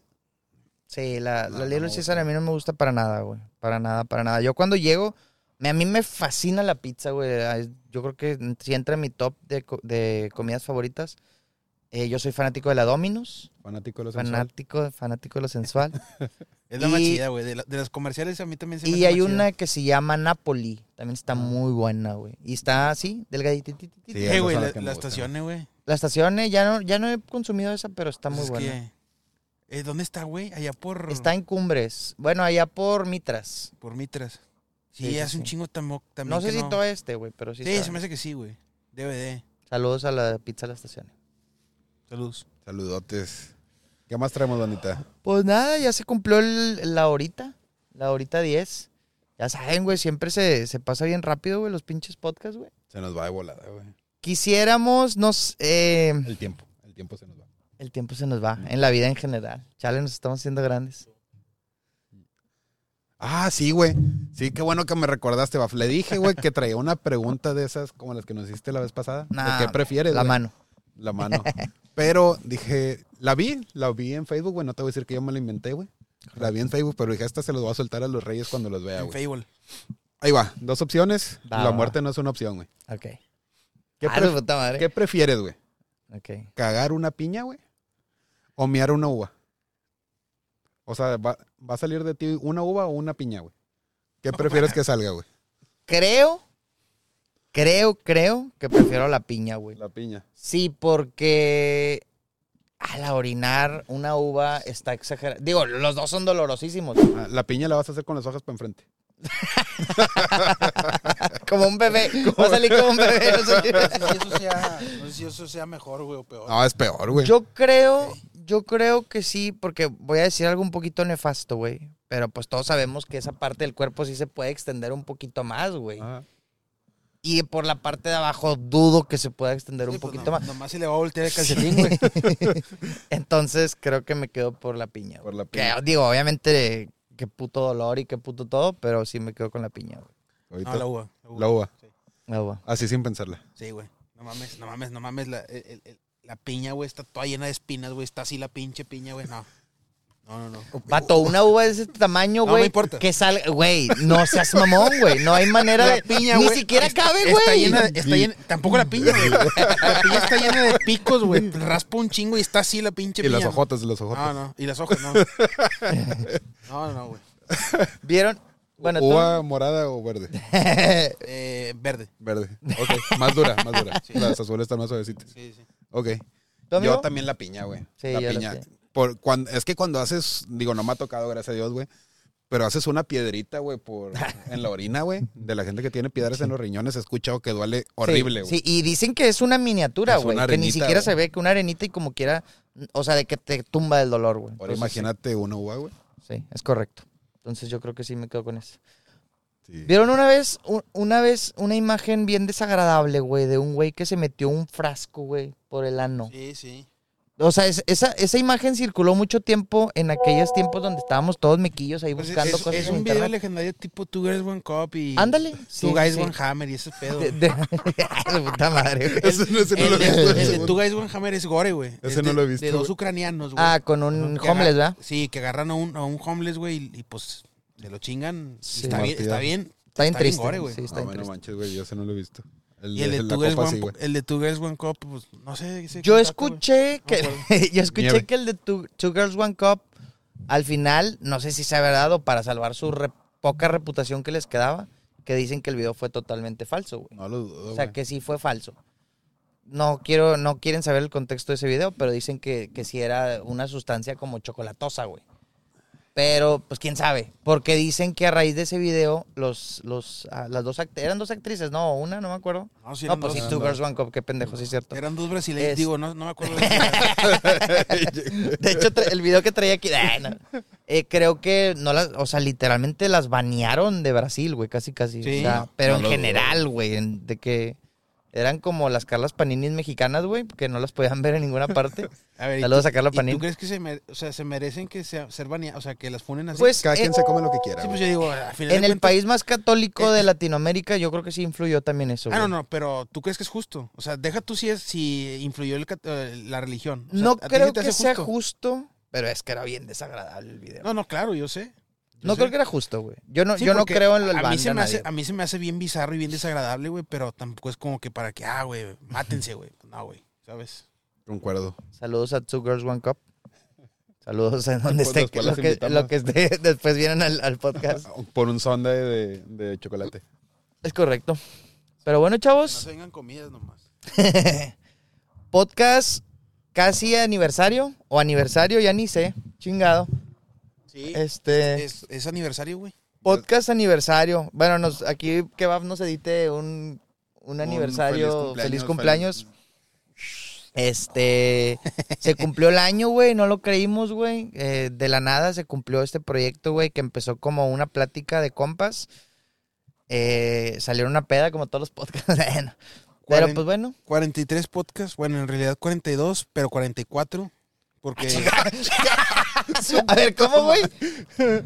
Sí, la,
No,
la
no
Little
me
Caesar
gusta.
a mí no me gusta para nada, güey. Para nada, para nada. Yo cuando llego, me- a mí me fascina la pizza, güey. Ay, Yo creo que si entra en mi top de, co- de comidas favoritas, eh, yo soy fanático de la Domino's.
Fanático de los
Fanático, fanático de lo sensual.
Es la más
y-
chida, güey. De, la- de las comerciales a mí también se me
y
hace
hay
más chida.
una que se llama Napoli. También está muy buena, güey. Y está así, delgadita. ti, ti, ti, ti.
Sí,
Eh,
esas
güey,
son las
la,
que me
la
gustan.
estación, eh, güey.
La estación, eh, ya no, ya no he consumido esa, pero está muy
Pues es
buena.
que- eh, ¿Dónde está, güey? Allá por,
Está en Cumbres. Bueno, allá por Mitras.
por Mitras. Sí,
Sí, sí,
hace un
sí.
chingo tamo- también.
No sé
que
si todo este, güey, pero sí.
Sí,
está.
se me hace que sí, güey. DVD.
Saludos a la pizza de la estación.
Saludos.
Saludotes. ¿Qué más traemos, Donita?
Pues nada, ya se cumplió el- la horita, la horita 10. Ya saben, güey, siempre se, se pasa bien rápido, güey, los pinches podcasts, güey.
Se nos va de volada, güey.
Quisiéramos, nos, eh,
El tiempo, el tiempo se nos va.
el tiempo se nos va, en la vida en general. Chale, nos estamos haciendo grandes.
Ah, sí, güey. Sí, qué bueno que me recordaste, Baf. Le dije, güey, que traía una pregunta de esas como las que nos hiciste la vez pasada. ¿De
Nah,
¿Qué prefieres?
La
güey?
mano.
La mano. Pero dije, la vi, la vi en Facebook, güey. No te voy a decir que yo me la inventé, güey. La vi en Facebook, pero dije, esta se los voy a soltar a los reyes cuando los vea,
En
güey.
Fable.
Ahí va, dos opciones.
Va,
la
va,
muerte no es una opción, güey.
Ok.
¿Qué,
Ah,
pref-
de puta madre.
¿Qué prefieres, güey?
Ok.
cagar una piña, güey, o mear una uva. O sea, va, va a salir de ti una uva o una piña, güey. ¿Qué prefieres que salga, güey?
Creo, creo, creo que prefiero la piña, güey.
La piña.
Sí, porque al orinar una uva está exagerada. Digo, los dos son dolorosísimos.
Ah, la piña la vas a hacer con las hojas para enfrente.
Como un bebé. Va a salir como un bebé. no sé qué.
No sé si eso sea, no sé si eso sea mejor, güey, o peor.
No, Ah, es peor, güey.
Yo creo, yo creo que sí, porque voy a decir algo un poquito nefasto, güey. Pero pues todos sabemos que esa parte del cuerpo sí se puede extender un poquito más, güey.
Ajá.
Y por la parte de abajo dudo que se pueda extender
Sí,
un
pues,
poquito
no-
más.
Nomás se le va a voltear el calcetín, güey.
Entonces creo que me quedo por la piña. güey.
Por la
Que,
piña.
digo, obviamente, qué puto dolor y qué puto todo, pero sí me quedo con la piña, güey.
Ahorita.
No, la uva.
La uva.
Ah, va.
Así sin pensarla.
Sí, güey. No mames, no mames, no mames. La, el- el- el- la piña, güey, está toda llena de espinas, güey. Está así la pinche piña, güey. No. No, no, no.
Vato, una uva de ese tamaño,
No
güey.
me importa.
Que salga, güey, no seas mamón, güey. No hay manera de. ni siquiera
está-
cabe,
Está
güey.
llena, de- está llena. Tampoco la piña, güey. La piña está llena de picos, güey. Raspa un chingo y está así la pinche
Y
piña. Ah,
las ojotas, las ojotas.
No, no. Y las hojas, no. No, no, güey.
¿Vieron? Bueno, tú-
uva morada o verde.
Eh, verde.
Verde. Ok. Más dura, más dura. Las azules están más suavecitas.
Sí, sí.
Ok.
¿Tú, amigo?
Yo también la piña, güey.
Sí,
la
yo la
piña.
sé.
Por, cuan- es que cuando haces, digo, no me ha tocado, gracias a Dios, güey. Pero haces una piedrita, güey, por en la orina, güey. De la gente que tiene piedras en los riñones, he escuchado que duele horrible,
Sí,
güey.
Sí, y dicen que es una miniatura,
Es
güey.
una
Que ni
arenita,
siquiera
güey.
se ve que una arenita y como quiera. O sea, de que te tumba el dolor, güey.
Ahora
Entonces,
imagínate una uva, güey.
Sí, sí, es correcto. Entonces yo creo que sí me quedo con eso.
Sí.
¿Vieron una vez, u- una vez una imagen bien desagradable, güey, de un güey que se metió un frasco, güey, por el ano?
Sí, sí.
O sea, es- esa, esa imagen circuló mucho tiempo en aquellos tiempos donde estábamos todos mequillos ahí
Pues es,
buscando
es-
cosas
es
en
un video
internet.
legendario tipo Two Girls One Cup y.
Ándale. sí,
Two Guys
sí.
One Hammer y ese pedo.
De- de- de puta madre, güey.
Ese no, ese no
El,
lo he
de-
visto,
el de
güey.
Two Guys One Hammer es gore, güey.
Ese
Es
no
de-
lo he visto,
De dos
güey.
ucranianos, güey.
Ah, con un
Que agar-
homeless, ¿verdad?
Sí, que agarran a un, a un homeless, güey, y, y, pues se lo chingan. Y
Sí.
está, bien,
Martillo.
está bien.
Está bien
Está bien
triste.
gore, güey.
sí, está
Ah,
bien
bueno,
triste.
manches, güey, yo ese no lo he visto. El,
Y el
de
de,
la
Two Girls
copa,
One,
sí, güey.
el de Two Girls One Cup, pues no sé. sé
Yo
quién trata, güey.
escuché que
pues,
yo
Nieve.
escuché que el de Two, Two Girls One Cup al final, no sé si se ha dado para salvar su re- poca reputación que les quedaba, que dicen que el video fue totalmente falso, güey.
No lo dudo,
O sea,
güey.
que sí fue falso. No quiero, no quieren saber el contexto de ese video, pero dicen que, que sí era una sustancia como chocolatosa, güey. Pero, pues quién sabe. Porque dicen que a raíz de ese video, los, los, ah, las dos act- eran dos actrices, no, una, no me acuerdo.
No, sí
no,
eran
pues sí,
dos.
Two Girls One Cup, qué pendejo, sí es cierto.
Eran dos brasileños.
Es-
Digo, no, no me acuerdo. de-
De hecho, tra- el video que traía aquí, ah, no. Eh, creo que no las, o sea, literalmente las banearon de Brasil, güey, casi, casi.
Sí.
O sea, pero
no
en
lo dudo.
general, güey, en- de que eran como las Carlas Paninis mexicanas, güey, que no las podían ver en ninguna parte.
A ver, ¿y
Saludos
tú-
a Carla
y
Panini.
¿Tú crees que se, mere- o sea, se merecen que sea, ser baneadas? O sea, que las ponen así.
Pues
Cada
eh,
quien se come lo que quiera.
sí, pues
güey.
yo digo, al final.
en
de
el
cuentas-
país más católico de Latinoamérica, yo creo que sí influyó también eso.
Eh, Ah, no,
güey.
no, pero ¿tú crees que es justo? O sea, deja tú si, es, si influyó el cat- eh, la religión. O sea,
No
¿a ti
creo
se te
que
hace
sea justo, pero es que era bien desagradable el video.
No,
No,
no, claro, yo sé. yo sé.
creo que era justo, güey. Yo no,
Sí,
yo no
porque
creo en
a-
el
a mí, se me hace,
nadie.
a mí se me hace bien bizarro y bien desagradable, güey, pero tampoco es como que para que, ah, güey, mátense, güey. No, güey, ¿sabes?
Concuerdo.
Saludos a Two Girls One Cup. Saludos en donde
Pues
esté,
después
lo
las
que,
invitamos.
lo que esté, después vienen al, al podcast.
Por un sonda de, de chocolate.
Es correcto. Pero bueno, chavos,
vengan comidas nomás.
podcast casi aniversario o aniversario, ya ni sé, chingado.
Sí,
Este,
es, es aniversario, güey.
podcast aniversario. Bueno, nos, aquí que Bab nos edite un, un aniversario, feliz cumpleaños. Este, se cumplió el año, güey, no lo creímos, güey. Eh, de la nada se cumplió este proyecto, güey, que empezó como una plática de compas. Eh, salieron una peda como todos los podcasts. Bueno, Pero
Cuaren-
pues bueno,
43 podcasts, bueno, en realidad 42, pero 44, porque...
a ver, ¿cómo, güey?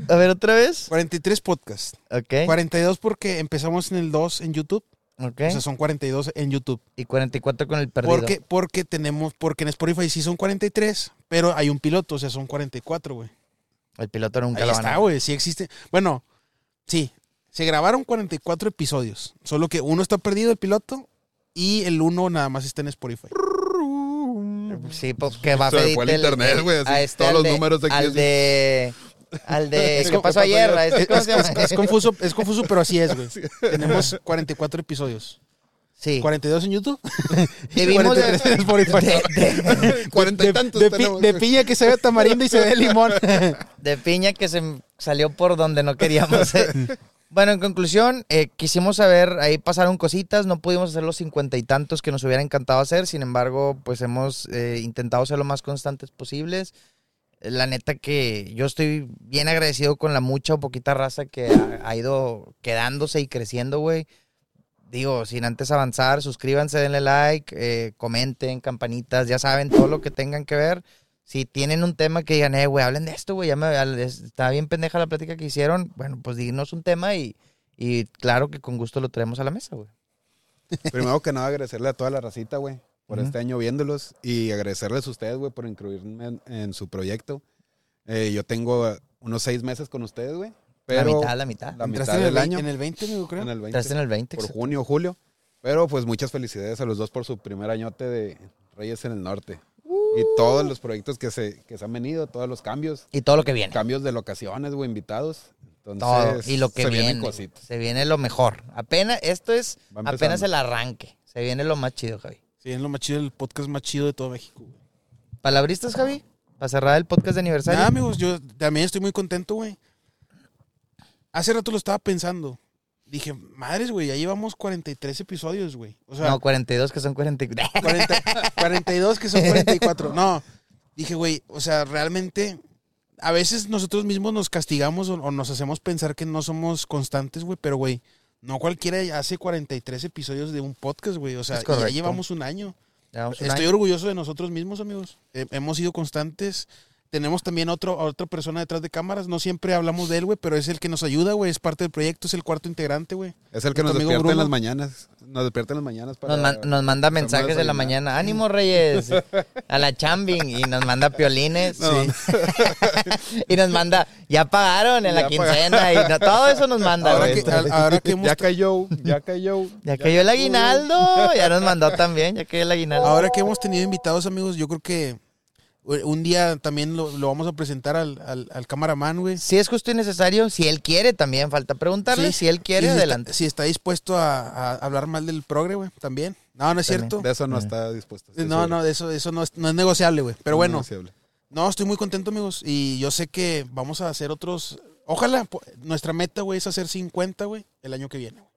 A ver, otra vez.
43 podcasts.
Ok,
42 porque empezamos en el 2 en YouTube.
ok.
O sea, son 42 en YouTube.
Y 44 con el ¿Eh? perdido.
Porque, porque tenemos, porque en Spotify sí son 43, pero hay un piloto, o sea, son 44, güey.
El piloto nunca
Ahí
lo van
está, güey, sí existe. Bueno, sí, se grabaron 44 episodios, solo que uno está perdido, el piloto, y el uno nada más está en Spotify.
Sí, porque va a
Se me fue el
pedirte
internet, güey, así, todos
este, al
los
de-
números aquí,
Al
así.
de. Al de.
Es
¿Qué
como-
pasó
¿qué pasó
ayer?
ayer?
Este, ¿Cómo se llama?
Es confuso, es confuso, pero así es, güey. Tenemos 44 episodios.
Sí.
42 en YouTube y
Debimos de-
43 en Spotify.
Cuarenta
De,
y tantos
de pi-
tenemos.
de piña que se ve tamarindo y se ve limón.
De piña que se m- salió por donde no queríamos. eh. Bueno, en conclusión, eh, quisimos saber, ahí pasaron cositas, no pudimos hacer los cincuenta y tantos que nos hubiera encantado hacer, sin embargo, pues hemos eh, intentado ser lo más constantes posibles. La neta que yo estoy bien agradecido con la mucha o poquita raza que ha, ha ido quedándose y creciendo, güey. Digo, sin antes avanzar, suscríbanse, denle like, eh, comenten, campanitas, ya saben, todo lo que tengan que ver. Si tienen un tema que digan, eh, güey, hablen de esto, güey, ya me, al- es- está bien pendeja la plática que hicieron, bueno, pues díganos un tema y, y claro que con gusto lo traemos a la mesa, güey.
Primero que nada, agradecerle a toda la racita, güey, por
Ujú.
este año viéndolos y agradecerles a ustedes, güey, por incluirme en, en su proyecto. Eh, yo tengo unos seis meses con ustedes, güey.
La
pero-
mitad, la mitad.
La mitad
Entraste en el
del
vein-
año.
En el 20, yo creo.
en el 20,
Entraste en el 20.
por
exacto.
junio o julio. Pero pues muchas felicidades a los dos por su primer añote de Reyes en el Norte. Y todos los proyectos que se, que se han venido, todos los cambios,
Y todo lo que viene.
cambios de locaciones, güey, invitados. Entonces,
Todo. Y lo que
se
viene.
vienen cositas.
Se viene lo mejor. Apenas, esto es
Va empezando.
apenas el arranque. Se viene lo más chido, Javi.
Sí, es lo más chido, el podcast más chido de todo México. güey.
¿Palabristas, Javi? Para cerrar el podcast de aniversario.
Nada, amigos, yo también estoy muy contento, güey. Hace rato lo estaba pensando. Dije, madres, güey, ya llevamos 43 episodios, güey. O sea,
no, 42 que son 44.
40 42 que son 44. No, dije, güey, o sea, realmente a veces nosotros mismos nos castigamos o, o nos hacemos pensar que no somos constantes, güey, pero, güey, no cualquiera hace 43 episodios de un podcast, güey. O sea,
Es
y ya
correcto.
llevamos un año.
Llevamos un
Estoy
año.
orgulloso de nosotros mismos, amigos. He- hemos sido constantes. Tenemos también otro, a otra persona detrás de cámaras. No siempre hablamos de él, güey, pero es el que nos ayuda, güey. Es parte del proyecto, es el cuarto integrante, güey.
Es el que
Nuestro
nos
amigo
despierta en
Bruno.
las mañanas. Nos despierta en las mañanas para...
Nos, man- nos manda
para
mensajes de la
desayunar.
mañana. ¡Ánimo, Reyes! A la chambing. Y nos manda piolines.
No,
y nos manda, ya pagaron en la
Ya
quincena. Y no- todo eso nos manda,
Ahora
güey.
que, al- ahora que hemos
Ya cayó, ya cayó.
Ya cayó el aguinaldo. Ya nos mandó también. Ya cayó el aguinaldo.
Ahora que hemos tenido invitados, amigos, yo creo que eh, un día también lo, lo vamos a presentar al, al, al camaraman, güey.
Si es justo y necesario, si él quiere también, falta preguntarle.
Sí.
Si él quiere,
Y si
adelante.
Está, si está dispuesto a, a hablar mal del progre, güey, también. No, no es
También.
cierto.
Eh.
De eso no está dispuesto. estoy
No,
seguro.
no, de eso, eso no, es, no es negociable, güey. Pero bueno,
No se habla.
No, estoy muy contento, amigos. Y yo sé que vamos a hacer otros. Ojalá, po- nuestra meta, güey, es hacer 50, güey, el año que viene. güey.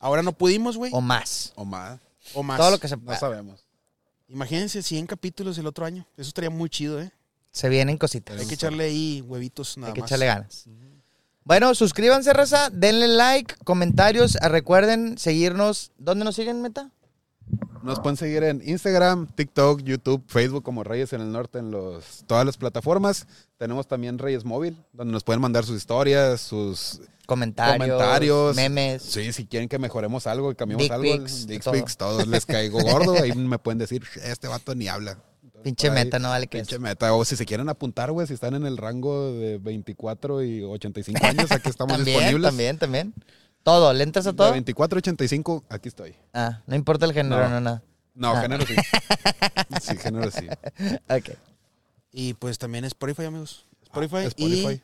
Ahora no pudimos, güey,
O más.
O más.
o más.
Todo lo que se
No sabemos.
Imagínense 100 capítulos el otro año. Eso estaría muy chido, ¿eh?
se vienen cositas.
Hay que echarle ahí huevitos nada
Hay que
más.
echarle ganas. Bueno, suscríbanse, raza. Denle like, comentarios. ah, Recuerden seguirnos. ¿Dónde nos siguen, Meta?
Nos pueden seguir en Instagram, TikTok, YouTube, Facebook como Reyes en el Norte en los, todas las plataformas. Tenemos también Reyes Móvil, donde nos pueden mandar sus historias, sus...
Comentarios.
Comentarios.
Memes.
Sí, si quieren que mejoremos algo y cambiemos
Dick
algo,
pics,
dick
todo.
pics, todos les caigo gordo. Ahí me pueden decir, este vato ni habla. Entonces,
Pinche
por ahí,
Meta, no vale que
Pinche
es.
meta. O si se quieren apuntar, güey, si están en el rango de 24 y 85 años, aquí estamos
También,
disponibles.
también, también. Todo, ¿le entras a
De
todo?
24 a 85, aquí estoy.
Ah, no importa el género,
No.
no, nada.
No,
Ah.
género sí. Sí, género sí.
Ok.
Y pues también Spotify, amigos. Spotify.
Ah, Spotify.
Y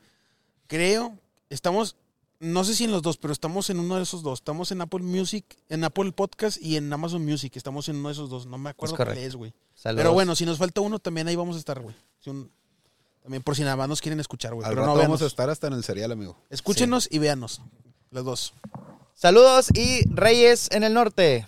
creo, estamos, no sé si en los dos, pero estamos en uno de esos dos. Estamos en Apple Music, en Apple Podcast y en Amazon Music. Estamos en uno de esos dos. No me acuerdo
Es
cuál
correcto.
es, güey.
Saludos.
Pero bueno, si nos falta uno, también ahí vamos a estar, güey. Si un- también por si nada más nos quieren escuchar, güey.
Al
Pero
rato
no
vamos
véanos.
a estar hasta en el serial, amigo.
Escúchenos y véanos. Los dos.
Saludos y Reyes en el norte.